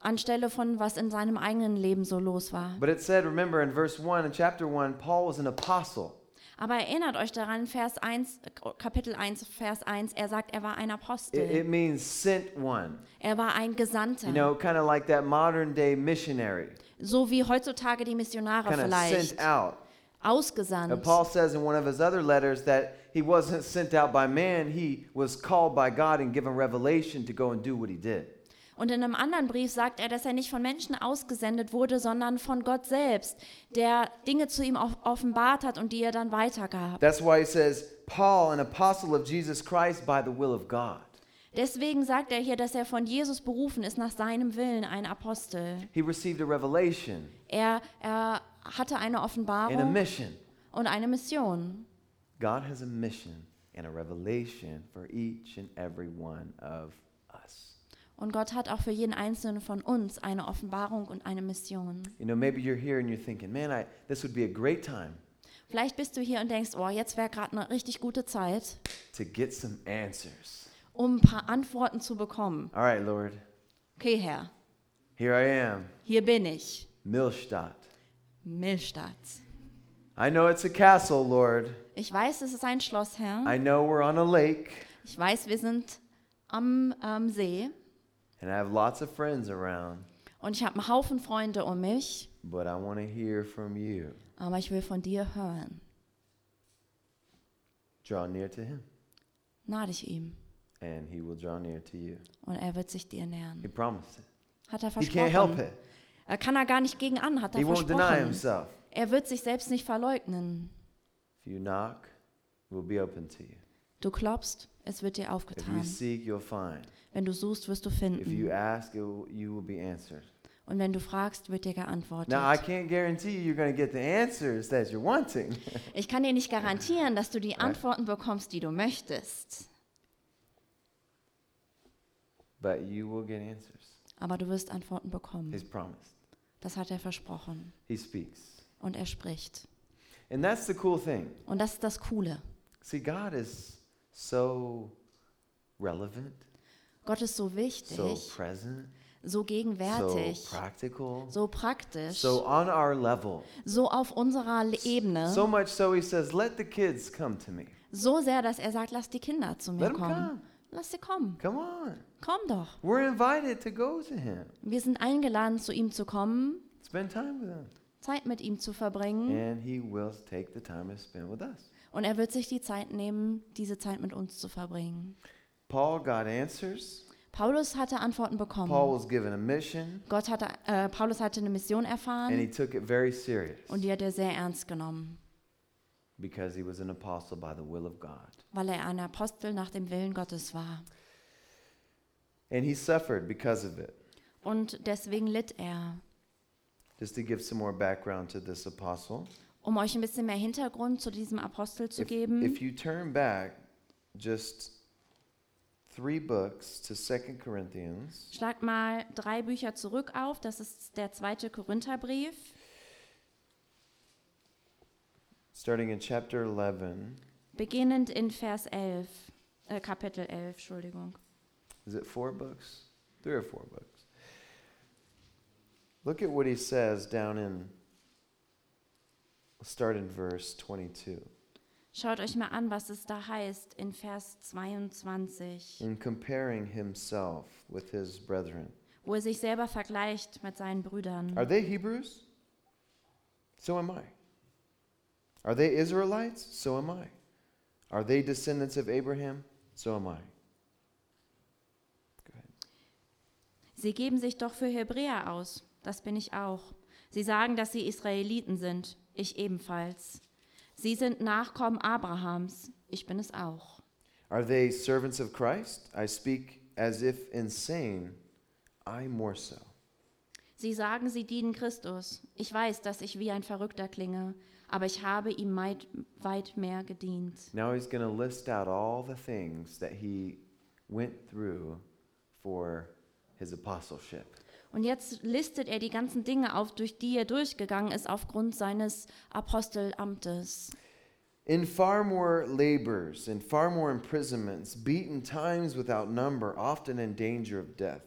B: anstelle von was in seinem eigenen Leben so los war.
A: But it said, remember in verse 1 in chapter 1, Paul was an apostle.
B: Aber erinnert euch daran, Vers 1, äh, Kapitel 1, Vers 1, er sagt, er war ein
A: It,
B: Apostel,
A: it means sent one.
B: er war ein
A: You
B: Gesandter,
A: know, kind of like that modern day missionary,
B: so wie heutzutage die Missionare
A: kind of
B: vielleicht,
A: sent out. And
B: ausgesandt.
A: Paul says in one of his other letters that he wasn't sent out by man, he was called by God and given revelation to go and do what he did.
B: Und in einem anderen Brief sagt er, dass er nicht von Menschen ausgesendet wurde, sondern von Gott selbst, der Dinge zu ihm auf- offenbart hat und die er dann weitergab.
A: That's why he says, Paul, an apostle of Jesus Christ by the will of God.
B: Deswegen sagt er hier, dass er von Jesus berufen ist, nach seinem Willen ein Apostel.
A: He received a revelation
B: Er, er hatte
A: and
B: eine
A: a
B: Offenbarung
A: mission.
B: und eine Mission.
A: God has a mission and a revelation for each and every one of us.
B: Und Gott hat auch für jeden einzelnen von uns eine Offenbarung und eine Mission.
A: You know, maybe you're here and you're thinking, man, I, this would be a great time
B: Vielleicht bist du hier und denkst, oh, jetzt wäre gerade eine richtig gute Zeit,
A: to get some answers.
B: um ein paar Antworten zu bekommen.
A: All right, Lord,
B: Okay, Herr,
A: here I am,
B: hier bin ich,
A: Milstadt.
B: Milchstadt.
A: I know it's a castle, Lord.
B: Ich weiß, es ist ein Schloss, Herr.
A: I know we're on a lake,
B: Ich weiß, wir sind am ähm, See
A: and I have lots of friends around,
B: und ich habe einen Haufen Freunde um mich,
A: but I want to hear from you.
B: aber ich will von dir hören.
A: Draw near to him,
B: Nah dich ihm
A: and he will draw near to you.
B: und er wird sich dir
A: He
B: nähern.
A: promised it.
B: Hat er
A: He can't help
B: versprochen.
A: it.
B: Er Äh, kann er gar nicht gegen an, hat er
A: He won't deny
B: versprochen.
A: himself.
B: Er wird sich selbst nicht verleugnen.
A: If you knock, it will be open to you.
B: Du klopfst, es wird dir
A: If you
B: aufgetan.
A: seek, you'll find.
B: Wenn du suchst, wirst du
A: If you
B: finden.
A: ask, it will, you will be answered.
B: Und wenn du fragst, wird dir geantwortet.
A: Now, I can't guarantee you you're going to get the answers that you're wanting, *laughs*
B: Ich kann dir nicht garantieren, dass du die Antworten bekommst, die du möchtest.
A: but you will get answers.
B: Aber du wirst Antworten bekommen.
A: He's promised.
B: Das hat er versprochen.
A: He speaks.
B: Und er spricht.
A: And that's the cool thing.
B: Und das ist das Coole.
A: See, God is so relevant,
B: Gott ist so
A: so
B: wichtig,
A: present,
B: so
A: so
B: gegenwärtig,
A: practical,
B: so praktisch,
A: so on our level.
B: so auf unserer Le- Ebene,
A: So much so, He says, Let the kids come to me.
B: so sehr, dass er sagt, lass die Kinder zu mir
A: Let 'em
B: kommen.
A: come.
B: Lass sie kommen.
A: Come on.
B: Komm doch.
A: We're invited to go to Him,
B: Wir sind eingeladen, zu ihm zu kommen,
A: spend time with Him.
B: Zeit mit ihm zu verbringen.
A: And He will take the time to spend with us.
B: Und er wird sich die Zeit nehmen, diese Zeit mit uns zu verbringen.
A: Paul got answers.
B: Paulus hatte Antworten bekommen.
A: Paul was given a mission,
B: Gott hatte, äh, Paulus hatte eine Mission
A: and he
B: erfahren
A: took it very serious
B: und die hat er sehr ernst genommen,
A: because he was an apostle by the will of God.
B: weil er ein Apostel nach dem Willen Gottes war.
A: And he suffered because of it.
B: Und deswegen litt er.
A: Just to give some more background to this apostle,
B: Um euch ein bisschen mehr Hintergrund zu diesem Apostel zu
A: if,
B: geben,
A: if you turn back just three books to Second Corinthians,
B: schlagt mal drei Bücher zurück auf. Das ist der zweite Korintherbrief,
A: starting in chapter 11,
B: beginnend in Vers 11, äh, Kapitel 11, Entschuldigung.
A: is it four books? Three or four books. Look at what he says down in, start in verse 22.
B: Schaut euch mal an, was es da heißt in Vers 22.
A: in comparing himself with his brethren.
B: wo er sich selber vergleicht mit seinen Brüdern.
A: Are they Hebrews? So am I. Are they Israelites? So am I. Are they descendants of Abraham? So am I. Go ahead.
B: Sie geben sich doch für Hebräer aus, das bin ich auch. Sie sagen, dass sie Israeliten sind, ich ebenfalls. Sie sind Nachkommen Abrahams, ich bin es auch.
A: Are they servants of Christ? I speak as if insane, I more so.
B: Sie sagen, sie dienen Christus. Ich weiß, dass ich wie ein Verrückter klinge, aber ich habe ihm meid- weit mehr gedient.
A: Now he's going to list out all the things that he went through for his apostleship.
B: Und jetzt listet er die ganzen Dinge auf, durch die er durchgegangen ist aufgrund seines Apostelamtes.
A: In far more labors, in far more imprisonments, beaten times without number, often in danger of death.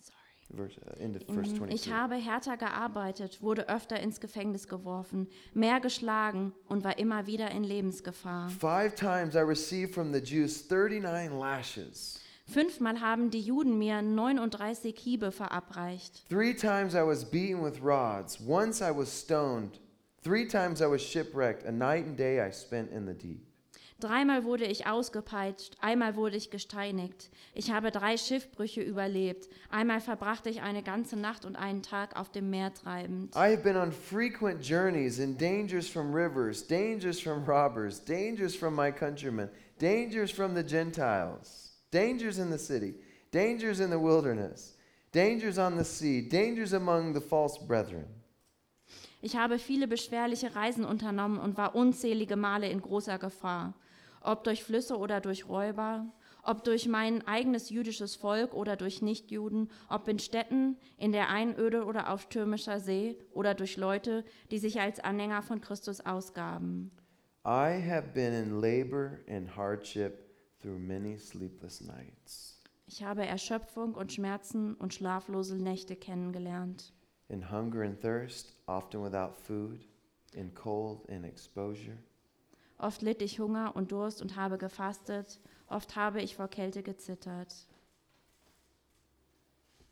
B: Sorry.
A: Verse, uh, end of verse
B: Mhm. Ich
A: 22.
B: habe härter gearbeitet, wurde öfter ins Gefängnis geworfen, mehr geschlagen und war immer wieder in Lebensgefahr.
A: Five times I received from the Jews 39 lashes.
B: Fünfmal haben die Juden mir 39 Hiebe verabreicht.
A: Three times I was beaten with rods. Once I was stoned. Three times I was shipwrecked. A night and day I spent in the deep.
B: Dreimal wurde ich ausgepeitscht, einmal wurde ich gesteinigt. Ich habe drei Schiffbrüche überlebt. Einmal verbrachte ich eine ganze Nacht und einen Tag auf dem Meer treibend.
A: I have been on frequent journeys in dangers from rivers, dangers from robbers, dangers from my countrymen, dangers from the Gentiles, dangers in the city, dangers in the wilderness, dangers on the sea, dangers among the false brethren.
B: Ich habe viele beschwerliche Reisen unternommen und war unzählige Male in großer Gefahr, ob durch Flüsse oder durch Räuber, ob durch mein eigenes jüdisches Volk oder durch Nichtjuden, ob in Städten, in der Einöde oder auf stürmischer See oder durch Leute, die sich als Anhänger von Christus ausgaben.
A: I have been in labor and hardship through many sleepless nights,
B: Ich habe Erschöpfung und Schmerzen und schlaflose Nächte kennengelernt.
A: in hunger and thirst, often without food, in cold and exposure,
B: Oft litt ich Hunger und Durst und habe gefastet, oft habe ich vor Kälte gezittert.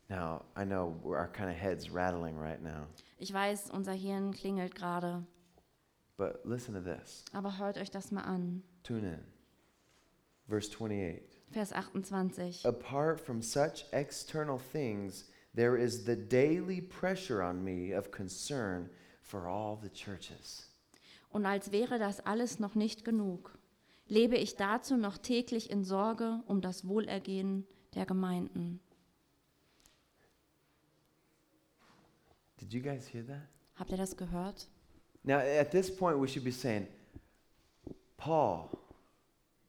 A: Now, I know we're- our kind of head's rattling right now,
B: Ich weiß, unser Hirn klingelt gerade,
A: but listen to this.
B: aber hört euch das mal an.
A: Tune in. Verse 28.
B: Vers 28.
A: Apart from such external things, there is the daily pressure on me of concern for all the churches.
B: Und als wäre das alles noch nicht genug, lebe ich dazu noch täglich in Sorge um das Wohlergehen der Gemeinden.
A: Did you guys hear that?
B: Habt ihr das gehört?
A: Now, at this point, we should be saying, Paul,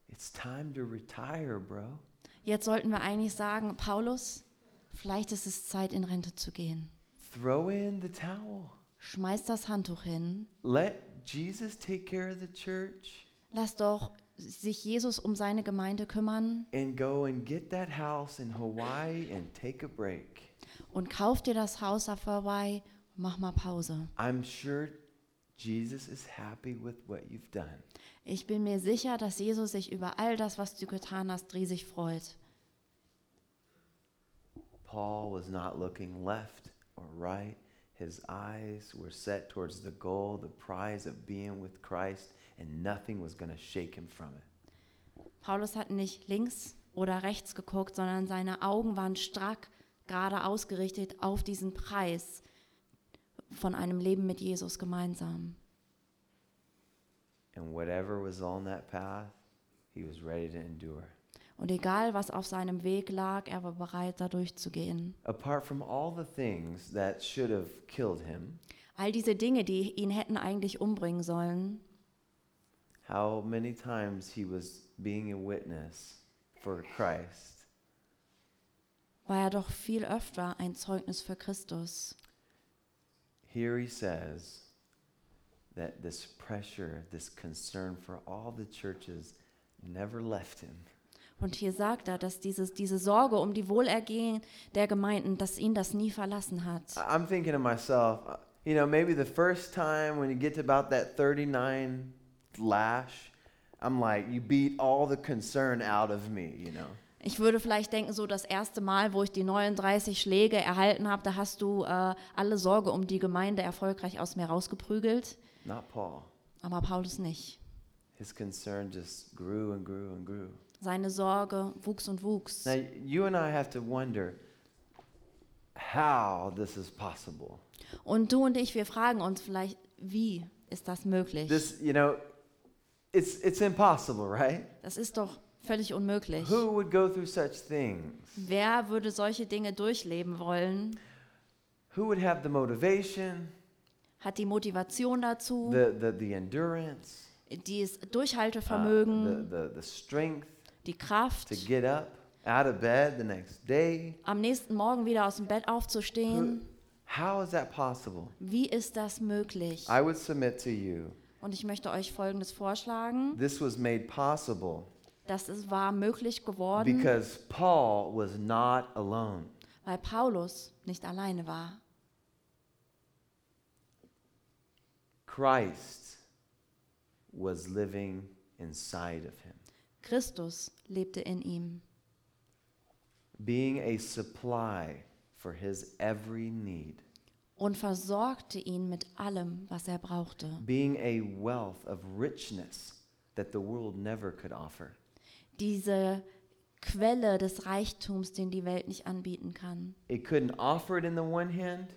A: it's time to retire, bro.
B: Jetzt sollten wir eigentlich sagen, Paulus, vielleicht ist es Zeit, in Rente zu gehen.
A: Throw in the towel.
B: Schmeiß das Handtuch hin.
A: Let Jesus take care of the church
B: Lass doch sich Jesus um seine Gemeinde kümmern
A: and go and get that house in Hawaii and take a break.
B: und kauf dir das Haus auf Hawaii. Mach mal Pause.
A: I'm sure Jesus is happy with what you've done.
B: Ich bin mir sicher, dass Jesus sich über all das, was du getan hast, riesig freut.
A: Paul was not looking left or right. His eyes were set towards the goal, the prize of being with Christ, and nothing was going to shake him from it.
B: Paulus hat nicht links oder rechts geguckt, sondern seine Augen waren strack gerade ausgerichtet auf diesen Preis von einem Leben mit Jesus gemeinsam.
A: And whatever was on that path, he was ready to endure.
B: Und egal, was auf seinem Weg lag, er war bereit, da durchzugehen.
A: Apart from all the things that should have killed him,
B: All diese Dinge, die ihn hätten eigentlich umbringen sollen,
A: how many times he was being a witness for Christ.
B: war er doch viel öfter ein Zeugnis für Christus.
A: Here he says that this pressure, this concern for all the churches never left him.
B: Und hier sagt er, dass dieses, diese Sorge um die Wohlergehen der Gemeinden, dass ihn das nie verlassen hat.
A: I- I'm thinking to myself, uh, you know, maybe the first time when you get to about that 39 lash, I'm like, you beat all the concern out of me, you know.
B: Ich würde vielleicht denken, so das erste Mal, wo ich die 39 Schläge erhalten habe, da hast du äh, alle Sorge um die Gemeinde erfolgreich aus mir rausgeprügelt,
A: Not Paul.
B: aber Paulus nicht.
A: His concern just grew and grew and grew.
B: Seine Sorge wuchs und wuchs.
A: Now, you and I have to wonder how this is possible.
B: Und du und ich, wir fragen uns vielleicht, wie ist das möglich?
A: This, you know, it's, it's impossible, right?
B: Das ist doch völlig unmöglich.
A: Who would go through such things?
B: Wer würde solche Dinge durchleben wollen?
A: Who would have the motivation,
B: Hat die Motivation dazu,
A: the, the, the endurance,
B: dieses
A: uh,
B: Durchhaltevermögen,
A: the, the, the strength
B: die Kraft,
A: to get up out of bed the next day?
B: am nächsten Morgen wieder aus dem Bett
A: Who,
B: aufzustehen?
A: how is that possible?
B: Wie ist das möglich?
A: I would submit to you
B: Und ich möchte euch Folgendes vorschlagen.
A: this was made possible
B: Das ist, war möglich geworden,
A: because Paul was not alone.
B: weil Paulus nicht alleine war.
A: Christ was living inside of him.
B: Christus lebte in ihm,
A: being a supply for his every need,
B: und versorgte ihn mit allem, was er brauchte,
A: being a wealth of richness that the world never could offer.
B: diese Quelle des Reichtums, den die Welt nicht anbieten kann.
A: It couldn't offer it in the one hand,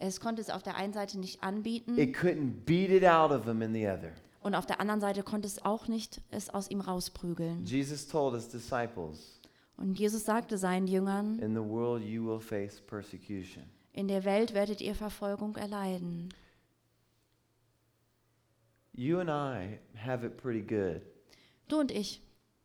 B: Es konnte es auf der einen Seite nicht anbieten
A: it couldn't beat it out of him in the other.
B: und auf der anderen Seite konnte es auch nicht es aus ihm rausprügeln.
A: Jesus told his disciples,
B: Und Jesus sagte seinen Jüngern,
A: In the world you will face persecution.
B: in der Welt werdet ihr Verfolgung erleiden.
A: You and I have it pretty good.
B: Du und ich,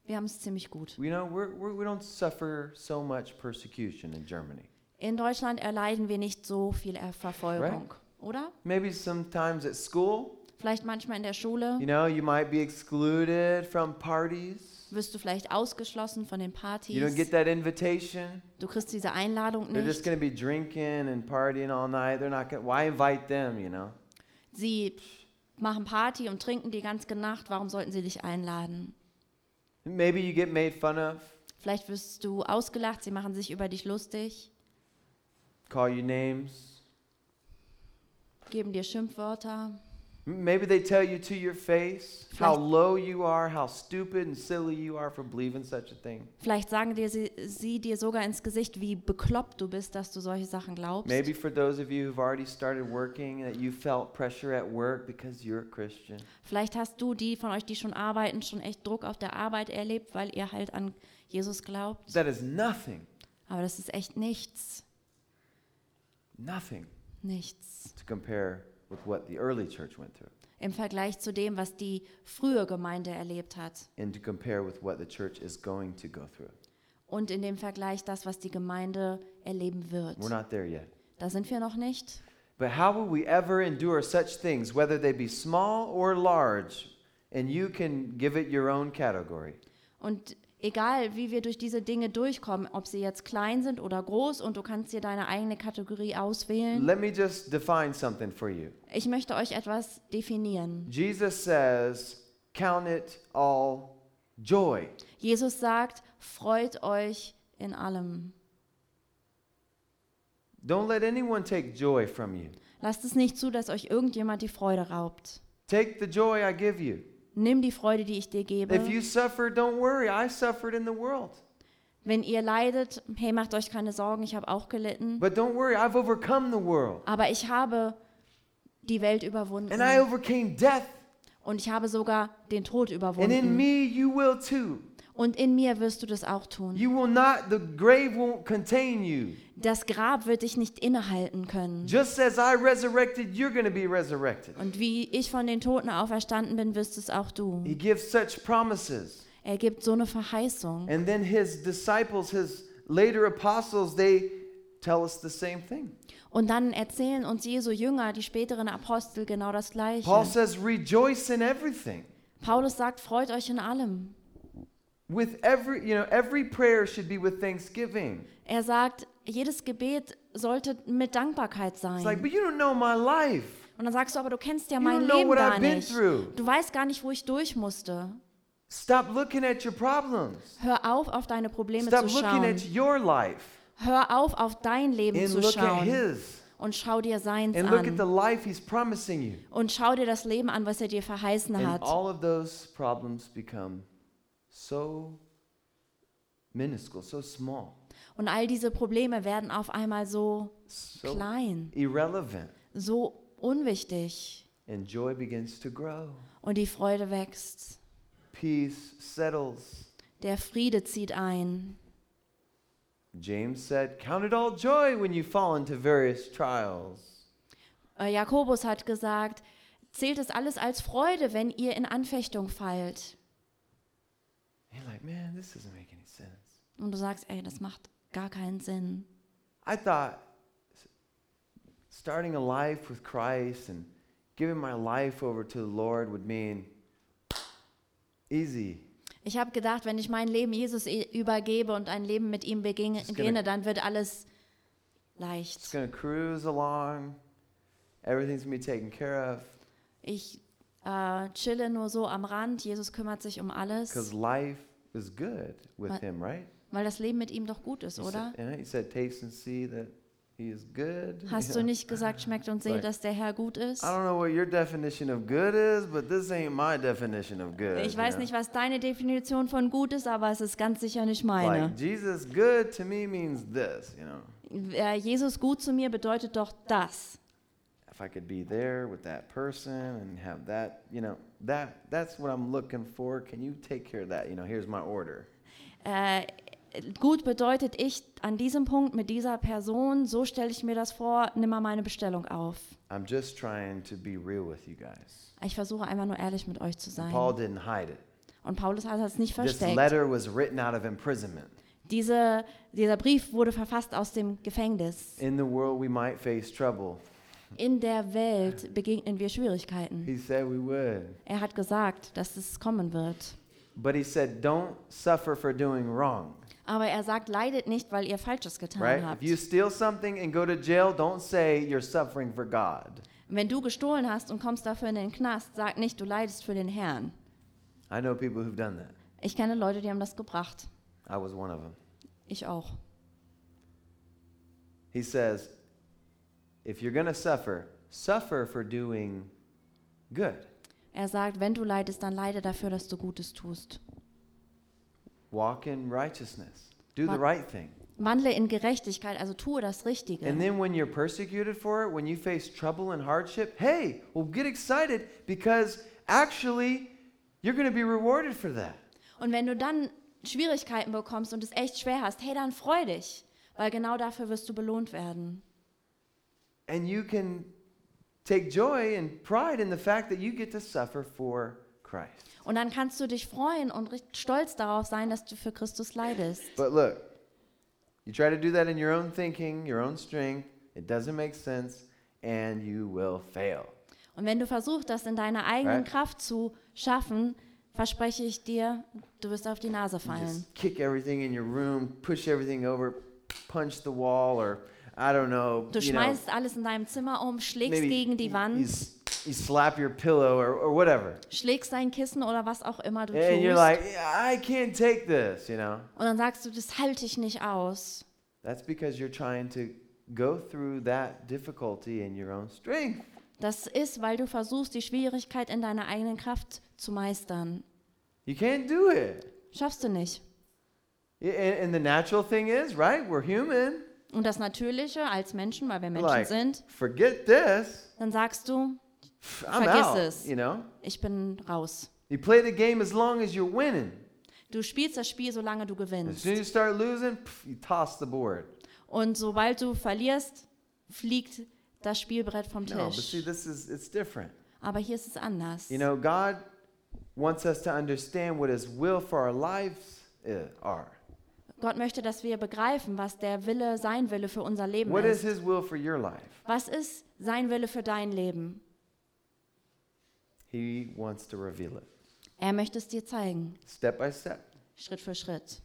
B: wir haben es ziemlich gut.
A: You know, we're, we're, we don't suffer so much persecution in Germany.
B: In Deutschland erleiden wir nicht so viel Er- Verfolgung, oder?
A: Maybe sometimes at school,
B: Vielleicht manchmal in der Schule
A: you know, you might be excluded from parties.
B: wirst du vielleicht ausgeschlossen von den
A: You don't get
B: Partys.
A: that invitation.
B: Du kriegst diese Einladung
A: They're just
B: nicht.
A: going to be drinking and partying all night. They're not going. Why invite them? You know.
B: Sie machen Party und trinken die ganze Nacht. Warum sollten sie dich einladen?
A: Maybe you get made fun of,
B: Vielleicht wirst du ausgelacht. Sie machen sich über dich lustig,
A: call you names.
B: geben dir Schimpfwörter.
A: M- Maybe they tell you to your face how low you are, how stupid and silly you are for believing such a thing.
B: Vielleicht sagen dir sie, sie dir sogar ins Gesicht, wie bekloppt du bist, dass du solche Sachen glaubst.
A: Maybe for those of you who've already started working, that you felt pressure at work because you're a Christian.
B: Vielleicht hast du die von euch, die schon arbeiten, schon echt Druck auf der Arbeit erlebt, weil ihr halt an Jesus glaubt.
A: That is nothing,
B: Aber das ist echt nichts,
A: nothing
B: nichts
A: to compare with what the early church went through
B: im Vergleich zu dem, was die frühe Gemeinde erlebt hat
A: and to compare with what the church is going to go through.
B: und in dem Vergleich das, was die Gemeinde erleben wird.
A: We're not there yet.
B: Da sind wir noch nicht.
A: But how will we ever endure such things, whether they be small or large? And you can give it your own category.
B: Und egal, wie wir durch diese Dinge durchkommen, ob sie jetzt klein sind oder groß und du kannst dir deine eigene Kategorie auswählen.
A: Let me just define something for you.
B: Ich möchte euch etwas definieren.
A: Jesus says, Count it all joy.
B: Jesus sagt, freut euch in allem.
A: Don't let anyone take joy from you.
B: Lasst es nicht zu, dass euch irgendjemand die Freude raubt.
A: Take the joy I give you.
B: Nimm die Freude, die ich dir
A: If
B: gebe.
A: you suffer, don't worry. I suffered in the world.
B: Wenn ihr leidet, hey, macht euch keine Sorgen, ich habe auch gelitten.
A: But don't worry, I've overcome the world.
B: Aber ich habe die Welt überwunden
A: And I overcame death.
B: und ich habe sogar den Tod
A: And in
B: überwunden.
A: me, you will too.
B: Und in mir wirst du das auch tun.
A: You will not, the grave won't contain you.
B: Das Grab wird dich nicht innehalten können.
A: Just as I resurrected, you're going to be resurrected.
B: Und wie ich von den Toten auferstanden bin, wirst es auch du.
A: He gives such promises.
B: Er gibt so eine Verheißung.
A: And then his disciples, his later apostles, they tell us the same thing.
B: Und dann erzählen uns Jesu Jünger, die späteren Apostel, genau das
A: Paul
B: Gleiche.
A: says, rejoice in everything.
B: Paulus sagt, freut euch in allem.
A: With every, you know, every prayer should be with thanksgiving.
B: Er sagt, jedes Gebet sollte mit Dankbarkeit sein.
A: It's like, but you don't know my life.
B: Und dann sagst du, aber du kennst ja
A: You
B: mein
A: don't know
B: Leben
A: what
B: gar
A: I've been
B: nicht.
A: through.
B: Du weißt gar nicht, wo ich durch musste.
A: Stop looking at your problems.
B: Hör auf, auf deine Probleme
A: Stop
B: zu
A: looking
B: schauen.
A: at your life
B: Hör auf, auf dein Leben
A: and
B: zu
A: look at
B: schauen.
A: his.
B: Und schau dir seins
A: And look at the
B: an.
A: life he's promising you.
B: Und schau dir das Leben an, was er dir verheißen
A: And
B: hat.
A: all of those problems become so minuscule, so small,
B: Und all diese Probleme werden auf einmal so
A: so
B: klein,
A: irrelevant.
B: so unwichtig.
A: And joy begins to grow.
B: Und die Freude wächst.
A: Peace settles.
B: Der Friede zieht ein.
A: James said, Count it all joy when you fall into various trials.
B: Äh, Jakobus hat gesagt, zählt es alles als Freude, wenn ihr in Anfechtung fallt.
A: You're like, man, this doesn't make any sense.
B: Und du sagst, ey, das macht gar keinen Sinn.
A: I thought s- starting a life with Christ and giving my life over to the Lord would mean easy.
B: Ich habe gedacht, wenn ich mein Leben Jesus i- übergebe und ein Leben mit ihm beginne,
A: It's gonna-
B: beginne dann wird alles
A: It's
B: leicht.
A: going to cruise along. Everything's going to be taken care of
B: Ich äh, chille nur so am Rand, Jesus kümmert sich um
A: because
B: alles,
A: life is good with
B: But-
A: Him, right?
B: weil das Leben mit ihm doch gut ist,
A: He said-
B: oder?
A: and he said, Taste and see that He is good.
B: Hast
A: Yeah.
B: du nicht gesagt, schmeckt und seht,
A: Like-
B: dass der Herr gut ist?
A: I don't know what your definition of good is, but this ain't my definition of good.
B: Ich
A: you
B: weiß
A: know?
B: nicht, was deine Definition von gut ist, aber es ist ganz sicher nicht meine.
A: Like Jesus good to me means this, you know.
B: Äh, Jesus gut zu mir bedeutet doch das.
A: If I could be there with that person and have that, you know, that that's what I'm looking for. Can you take care of that? You know, here's my order.
B: Äh, gut bedeutet ich an diesem Punkt mit dieser Person, so stelle ich mir das vor, nimm mal meine Bestellung auf.
A: I'm just trying to be real with you guys.
B: Ich versuche einfach nur ehrlich mit euch zu
A: And
B: sein.
A: Paul didn't hide it.
B: Und Paulus hat das nicht
A: This
B: versteckt.
A: letter was written out of imprisonment.
B: Diese, dieser Brief wurde verfasst aus dem Gefängnis.
A: In the world we might face trouble.
B: In der Welt begegnen wir Schwierigkeiten.
A: He said we would.
B: Er hat gesagt, dass es kommen wird.
A: But he said don't suffer for doing wrong.
B: Aber er sagt, leidet nicht, weil ihr Falsches getan
A: Right? If
B: habt.
A: you steal something and go to jail, don't say you're suffering for God.
B: Wenn du gestohlen hast und kommst dafür in den Knast, sag nicht, du leidest für den Herrn.
A: I know people who've done that.
B: Ich kenne Leute, die haben das gebracht.
A: I was one of them.
B: Ich auch.
A: He says, if you're going to suffer, suffer for doing good.
B: Er sagt, wenn du leidest, dann leide dafür, dass du Gutes tust.
A: Walk in righteousness. Do the
B: Wa-
A: right thing.
B: Wandle in Gerechtigkeit, also tue das
A: And
B: Richtige.
A: then when you're persecuted for it, when you face trouble and hardship, hey, well, get excited because actually you're going to be rewarded for that.
B: Und wenn du dann Schwierigkeiten bekommst und es echt schwer hast, hey, dann freu dich, weil genau dafür wirst du belohnt werden.
A: And you can take joy and pride in the fact that you get to suffer for Christ.
B: Und dann kannst du dich freuen und richtig stolz darauf sein, dass du für Christus leidest.
A: But look, you try to do that in your own thinking, your own strength, it doesn't make sense, and you will fail.
B: Und wenn du versuchst, das in deiner eigenen
A: Right.
B: Kraft zu schaffen, verspreche ich dir, du wirst auf die Nase
A: You
B: fallen.
A: just kick everything in your room, push everything over, punch the wall, or I don't know.
B: Du
A: you know,
B: schmeißt alles in deinem Zimmer um, schlägst
A: maybe
B: gegen die
A: you- You,
B: Wand,
A: s- you slap your pillow or, or whatever.
B: schlägst dein Kissen oder was auch immer du
A: And you're
B: tust.
A: like, "Yeah, I can't take this, you know?
B: und dann sagst du, das halte ich nicht aus.
A: That's because you're trying to go through that difficulty in your own strength.
B: Das ist, weil du versuchst, die Schwierigkeit in deiner eigenen Kraft zu meistern.
A: You can't do it.
B: Schaffst du nicht.
A: I- And, and the natural thing is, right? We're human.
B: Und das Natürliche als Menschen, weil wir Menschen
A: like,
B: sind,
A: forget this.
B: dann sagst du,
A: Pff, I'm
B: Vergiss
A: out.
B: es.
A: You know,
B: ich bin raus.
A: you play the game as long as you're winning.
B: Du spielst das Spiel, solange du
A: As
B: gewinnst.
A: soon as you start losing, pff, you toss the board.
B: Und sobald du verlierst, fliegt das Spielbrett vom
A: No, but see,
B: Tisch.
A: this is it's different.
B: Aber hier ist es anders.
A: You know, God wants us to understand what His will for our lives i- are.
B: Gott möchte, dass wir begreifen, was der Wille, sein Wille für unser Leben
A: What is
B: ist.
A: His will for your life?
B: Was ist sein Wille für dein Leben?
A: He wants to reveal it
B: Er möchte es dir zeigen,
A: step by step.
B: Schritt für Schritt.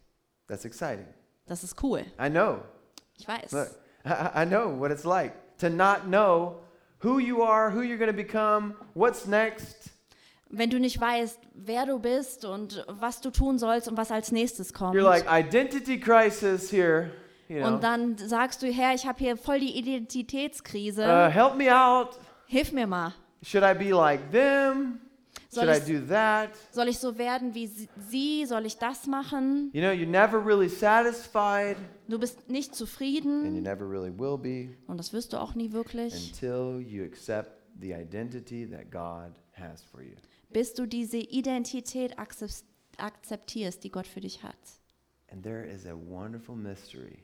A: That's exciting.
B: Das ist cool.
A: I know.
B: Ich weiß.
A: Look, *laughs* I- I, I know what it's like to not know who you are, who you're going to become, what's next.
B: Wenn du nicht weißt, wer du bist und was du tun sollst und was als nächstes kommt.
A: You're like identity crisis here. You know,
B: Und dann sagst du, Herr, ich habe hier voll die Identitätskrise.
A: uh, help me out.
B: Hilf mir mal.
A: Should I be like them?
B: Soll
A: Should I
B: ich-
A: do that?
B: Soll ich so werden wie sie- sie? Soll ich das machen?
A: You know, you're never really satisfied,
B: Du bist nicht
A: and you
B: zufrieden
A: never really will be
B: und das wirst du auch nie wirklich,
A: until you accept the identity that God has for you.
B: bis du diese Identität akzep- akzeptierst, die Gott für dich hat.
A: And there is a wonderful mystery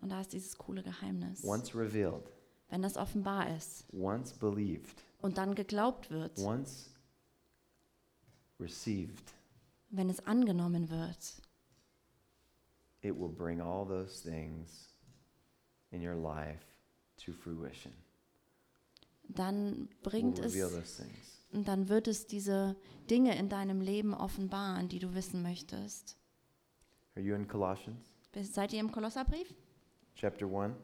B: Und da ist dieses coole Geheimnis.
A: once revealed,
B: Wenn das offenbar ist
A: once believed,
B: und dann geglaubt wird,
A: once received,
B: wenn es angenommen wird,
A: it will bring all those things in your life to fruition.
B: dann
A: will
B: bringt es,
A: reveal those things.
B: und dann wird es diese Dinge in deinem Leben offenbaren, die du wissen möchtest.
A: Are you in Colossians
B: Bis- Seid ihr im Kolosserbrief?
A: chapter 1?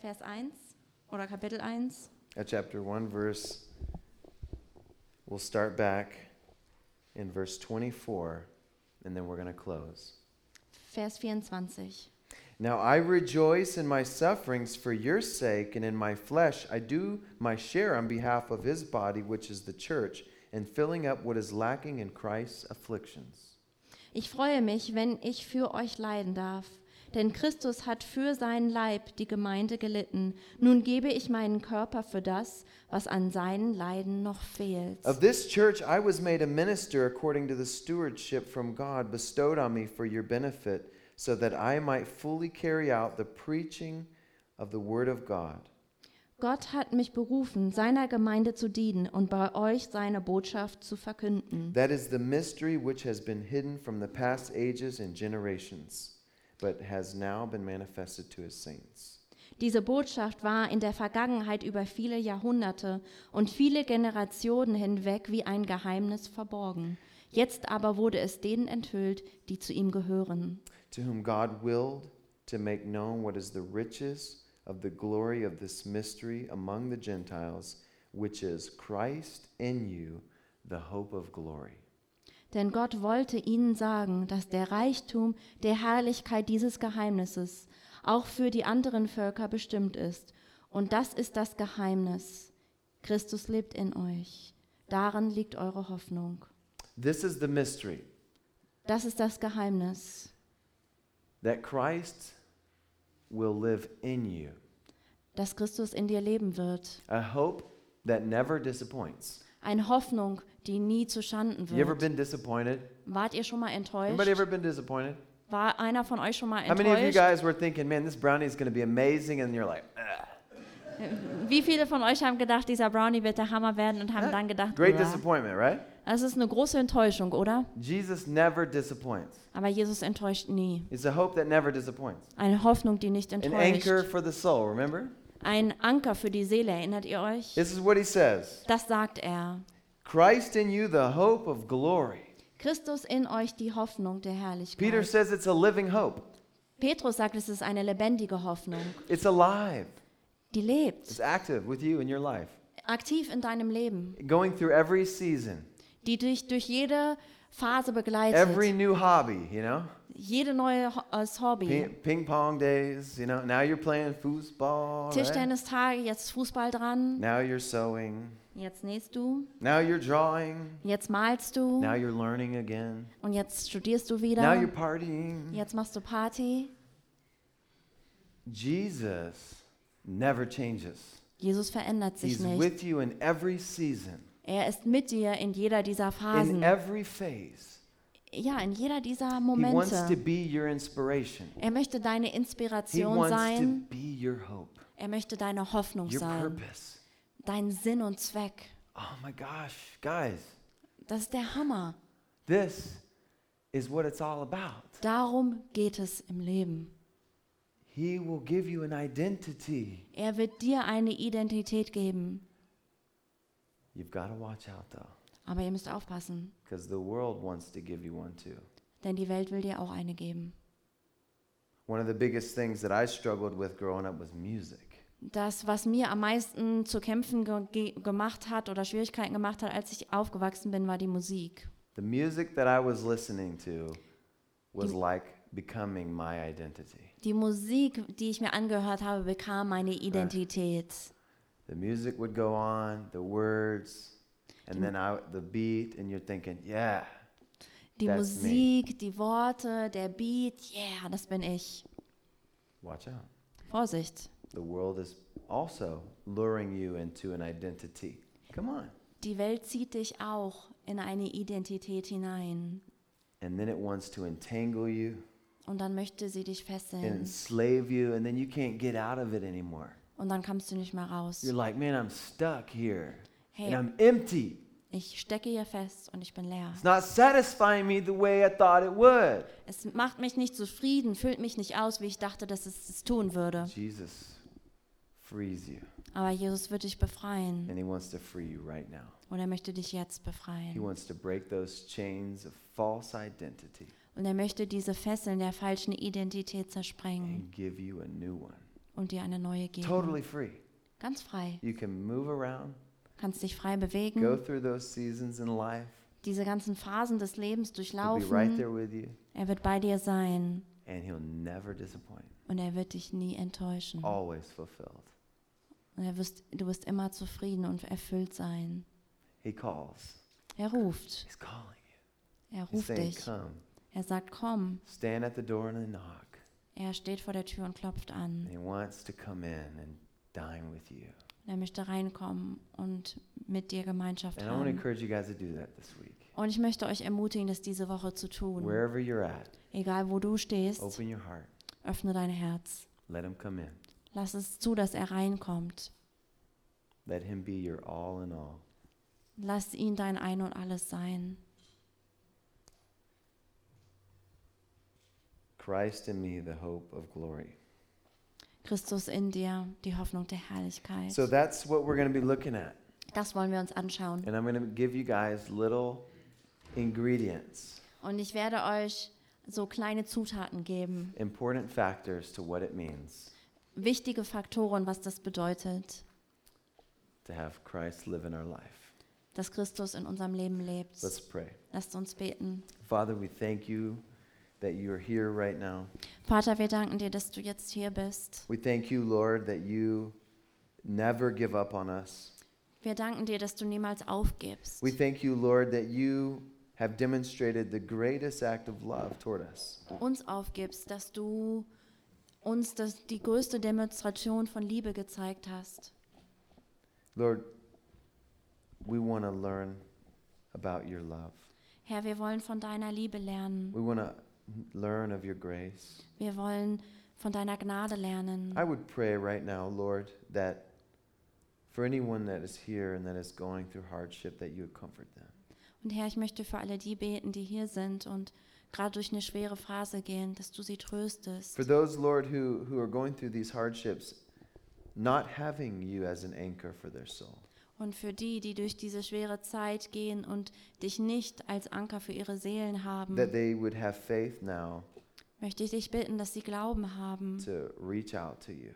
B: Vers 1 oder Kapitel 1?
A: At chapter 1 verse we'll start back in verse 24 and then we're going to close.
B: Vers 24.
A: Now I rejoice in my sufferings for your sake, and in my flesh I do my share on behalf of his body, which is the church, in filling up what is lacking in Christ's afflictions.
B: Ich freue mich, wenn ich für euch leiden darf. Denn Christus hat für seinen Leib, die Gemeinde, gelitten. Nun gebe ich meinen Körper für das, was an seinen Leiden noch fehlt.
A: Of this church I was made a minister according to the stewardship from God bestowed on me for your benefit, so that I might fully carry out the preaching of the word of God.
B: Gott hat mich berufen, seiner Gemeinde zu dienen und bei euch seine Botschaft zu verkünden.
A: That is the mystery which has been hidden from the past ages and generations, but has now been manifested to his saints.
B: Diese Botschaft war in der Vergangenheit über viele Jahrhunderte und viele Generationen hinweg wie ein Geheimnis verborgen. Jetzt aber wurde es denen enthüllt, die zu ihm gehören.
A: to whom God willed to make known what is the riches of the glory of this mystery among the Gentiles, which is Christ in you, the hope of glory.
B: Denn Gott wollte ihnen sagen, dass der Reichtum der Herrlichkeit dieses Geheimnisses auch für die anderen Völker bestimmt ist. Und das ist das Geheimnis. Christus lebt in euch. Darin liegt eure Hoffnung.
A: This is the mystery
B: Das ist das Geheimnis,
A: that Christ will live in you,
B: dass Christus in dir leben wird.
A: a hope that never disappoints.
B: Eine Hoffnung, die nie zu Schanden
A: You ever
B: wird.
A: been disappointed?
B: Wart ihr schon mal
A: Anybody ever
B: enttäuscht?
A: been disappointed?
B: War einer von euch schon mal
A: How many of you
B: enttäuscht?
A: guys were thinking, man, this brownie is going to be amazing? And you're like, "Ugh."
B: Wie viele von euch haben gedacht, dieser Brownie wird der Hammer werden und haben dann gedacht,
A: great
B: "Uah."
A: disappointment, right?
B: das ist eine große Enttäuschung, oder?
A: Jesus never disappoints.
B: Aber Jesus enttäuscht nie.
A: It's a hope that never disappoints.
B: Eine Hoffnung, die nicht
A: An anchor
B: enttäuscht.
A: for the soul, remember?
B: Ein Anker für die Seele, erinnert ihr euch?
A: This is what he says
B: Das sagt er.
A: Christ in you, the hope of glory.
B: Christus in euch die Hoffnung der
A: Peter
B: Herrlichkeit.
A: says it's a living hope,
B: Petrus sagt, es ist eine lebendige Hoffnung,
A: it's alive,
B: die lebt,
A: it's active with you in your life,
B: aktiv in deinem Leben,
A: going through every season,
B: die dich durch jede Phase
A: every
B: begleitet,
A: new hobby, you know?
B: jede neue Ho- als Hobby.
A: Ping, ping pong days, you know? Now you're playing foosball. Right?
B: Tischtennistage, jetzt Fußball dran,
A: Now you're sewing.
B: jetzt nähst du,
A: Now you're drawing.
B: jetzt malst du
A: Now you're learning again.
B: und jetzt studierst du
A: Now you're
B: wieder,
A: partying.
B: jetzt machst du Party.
A: Jesus never changes.
B: Jesus verändert sich
A: He's
B: nicht.
A: with you in every season,
B: Er ist mit dir in jeder dieser
A: in
B: Phasen.
A: every phase.
B: Ja, in jeder dieser
A: He wants to
B: Momente.
A: be your inspiration.
B: Er möchte deine
A: He
B: Inspiration
A: wants to
B: sein.
A: be your hope,
B: Er möchte deine Hoffnung
A: your
B: sein.
A: purpose.
B: Dein Sinn und Zweck.
A: Oh my gosh, guys,
B: Das ist der Hammer.
A: this is what it's all about.
B: Darum geht es im Leben.
A: He will give you an identity.
B: Er wird dir eine Identität geben.
A: You've got to watch out though,
B: Aber ihr müsst aufpassen,
A: because the world wants to give you one too.
B: denn die Welt will dir auch eine geben.
A: One of the biggest things that I struggled with growing up was music.
B: Das, was mir am meisten zu kämpfen ge ge gemacht hat oder Schwierigkeiten gemacht hat, als ich aufgewachsen bin, war die Musik.
A: The music that I was listening to was
B: You-
A: like becoming my identity.
B: Die Musik, die ich mir angehört habe, bekam meine
A: Äh,
B: Identität.
A: The music would go on, the words, and then I, the beat, and you're thinking, yeah,
B: Die
A: That's
B: Musik, die Worte, der Beat, yeah, das bin ich.
A: watch out.
B: Vorsicht.
A: The world is also luring you into an identity. Come on.
B: Die Welt zieht dich auch in eine Identität hinein
A: And then it wants to entangle you,
B: und dann möchte sie dich
A: and
B: fesseln
A: enslave you, and then you can't get out of it anymore.
B: und dann kommst du nicht mehr raus.
A: You're like, man, I'm stuck here,
B: Hey.
A: and I'm empty.
B: Ich stecke hier fest und ich bin leer.
A: It's not satisfying me the way I thought it would.
B: Es macht mich nicht zufrieden, füllt mich nicht aus, wie ich dachte, dass es es tun würde.
A: Jesus frees you,
B: Aber Jesus wird dich befreien
A: and He wants to free you right now.
B: und er möchte dich jetzt
A: He
B: befreien.
A: wants to break those chains of false identity
B: Und er möchte diese Fesseln der falschen Identität zersprengen
A: and give you a new one.
B: und dir eine neue geben.
A: Totally free.
B: Ganz frei.
A: You can move around,
B: Kannst dich frei
A: go
B: bewegen,
A: through those seasons in life.
B: diese ganzen Phasen des Lebens
A: He'll be right
B: durchlaufen.
A: there with you.
B: Er wird bei dir sein.
A: and he'll never disappoint.
B: Und er wird dich nie enttäuschen.
A: Always fulfilled.
B: Und er wirst, du wirst immer zufrieden und erfüllt sein.
A: He calls.
B: Er ruft.
A: He's calling
B: Er
A: you. He's
B: ruft
A: saying,
B: dich.
A: "Come.
B: Er sagt, komm.
A: Stand at the door and knock."
B: Er steht vor der Tür und klopft
A: And
B: an.
A: he wants to come in and dine with you.
B: Und Er möchte reinkommen und mit dir Gemeinschaft
A: And I want to
B: haben.
A: encourage you guys to do that this week.
B: Und ich möchte euch ermutigen, das diese Woche zu tun.
A: Wherever you're at,
B: Egal wo du stehst,
A: open your heart.
B: öffne dein Herz.
A: Let him come in.
B: Lass es zu, dass er reinkommt.
A: Let him be your all in all.
B: Lass ihn dein Ein und Alles sein.
A: Christ in me, the hope of glory.
B: Christus in dir, die Hoffnung der Herrlichkeit.
A: So that's what we're going to be looking at.
B: Das wollen wir uns anschauen.
A: And I'm going to give you guys little ingredients,
B: Und ich werde euch so kleine Zutaten geben,
A: important factors to what it means
B: wichtige Faktoren, was das bedeutet,
A: to have Christ live in our life.
B: dass Christus in unserem Leben lebt.
A: Let's pray.
B: Lasst uns beten.
A: Father, we thank you that you're here right now.
B: Vater, wir danken dir, dass du jetzt hier bist.
A: We thank you, Lord, that you never give up on us.
B: Wir danken dir, dass du niemals aufgibst.
A: We thank you, Lord, that you have demonstrated the greatest act of love toward us.
B: uns aufgibst, dass du uns das, die größte Demonstration von Liebe gezeigt hast.
A: Lord, we want to learn about your love.
B: Herr, wir wollen von deiner Liebe lernen.
A: We want to learn of your grace.
B: Wir wollen von deiner Gnade lernen.
A: I would pray right now, Lord, that for anyone that is here and that is going through hardship, that you would comfort them.
B: Und Herr, ich möchte für alle die beten, die hier sind und gerade durch eine schwere Phase gehen, dass du sie tröstest.
A: For those, Lord, who, who are going through these hardships, not having you as an anchor for their soul.
B: Und für die, die durch diese schwere Zeit gehen und dich nicht als Anker für ihre Seelen
A: that
B: haben,
A: they would have faith now
B: möchte ich dich bitten, dass sie Glauben haben
A: to reach out to you.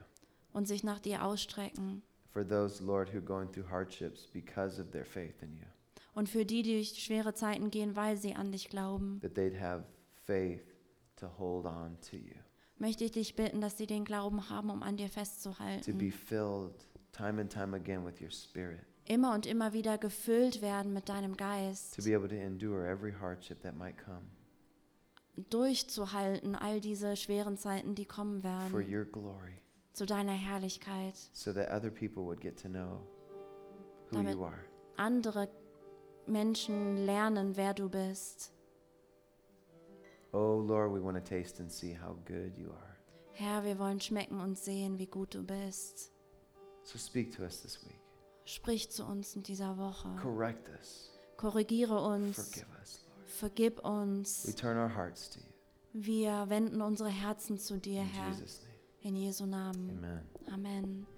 B: und sich nach dir ausstrecken.
A: For those, Lord, who are going through hardships because of their faith in you,
B: Und für die, die durch schwere Zeiten gehen, weil sie an dich glauben,
A: that they'd have faith to hold on to you,
B: möchte ich dich bitten, dass sie den Glauben haben, um an dir
A: to be
B: festzuhalten.
A: filled time and time again with your spirit,
B: Immer und immer wieder gefüllt werden mit deinem Geist,
A: to be able to endure every hardship that might come
B: durchzuhalten all diese schweren Zeiten, die kommen
A: for
B: werden,
A: your glory,
B: zu deiner Herrlichkeit.
A: so that other people would get to know who
B: Damit-
A: you are.
B: Andere Menschen lernen, wer du bist.
A: Oh, Lord, we want to taste and see how good you are.
B: Herr, wir wollen schmecken und sehen, wie gut du bist.
A: So speak to us this week.
B: Sprich zu uns in dieser Woche.
A: Correct us.
B: Korrigiere uns.
A: Forgive us, Lord.
B: Vergib
A: We
B: uns.
A: turn our hearts to you.
B: Wir wenden unsere Herzen zu dir,
A: In
B: Herr.
A: Jesus' name.
B: In Jesu Namen.
A: Amen.
B: Amen.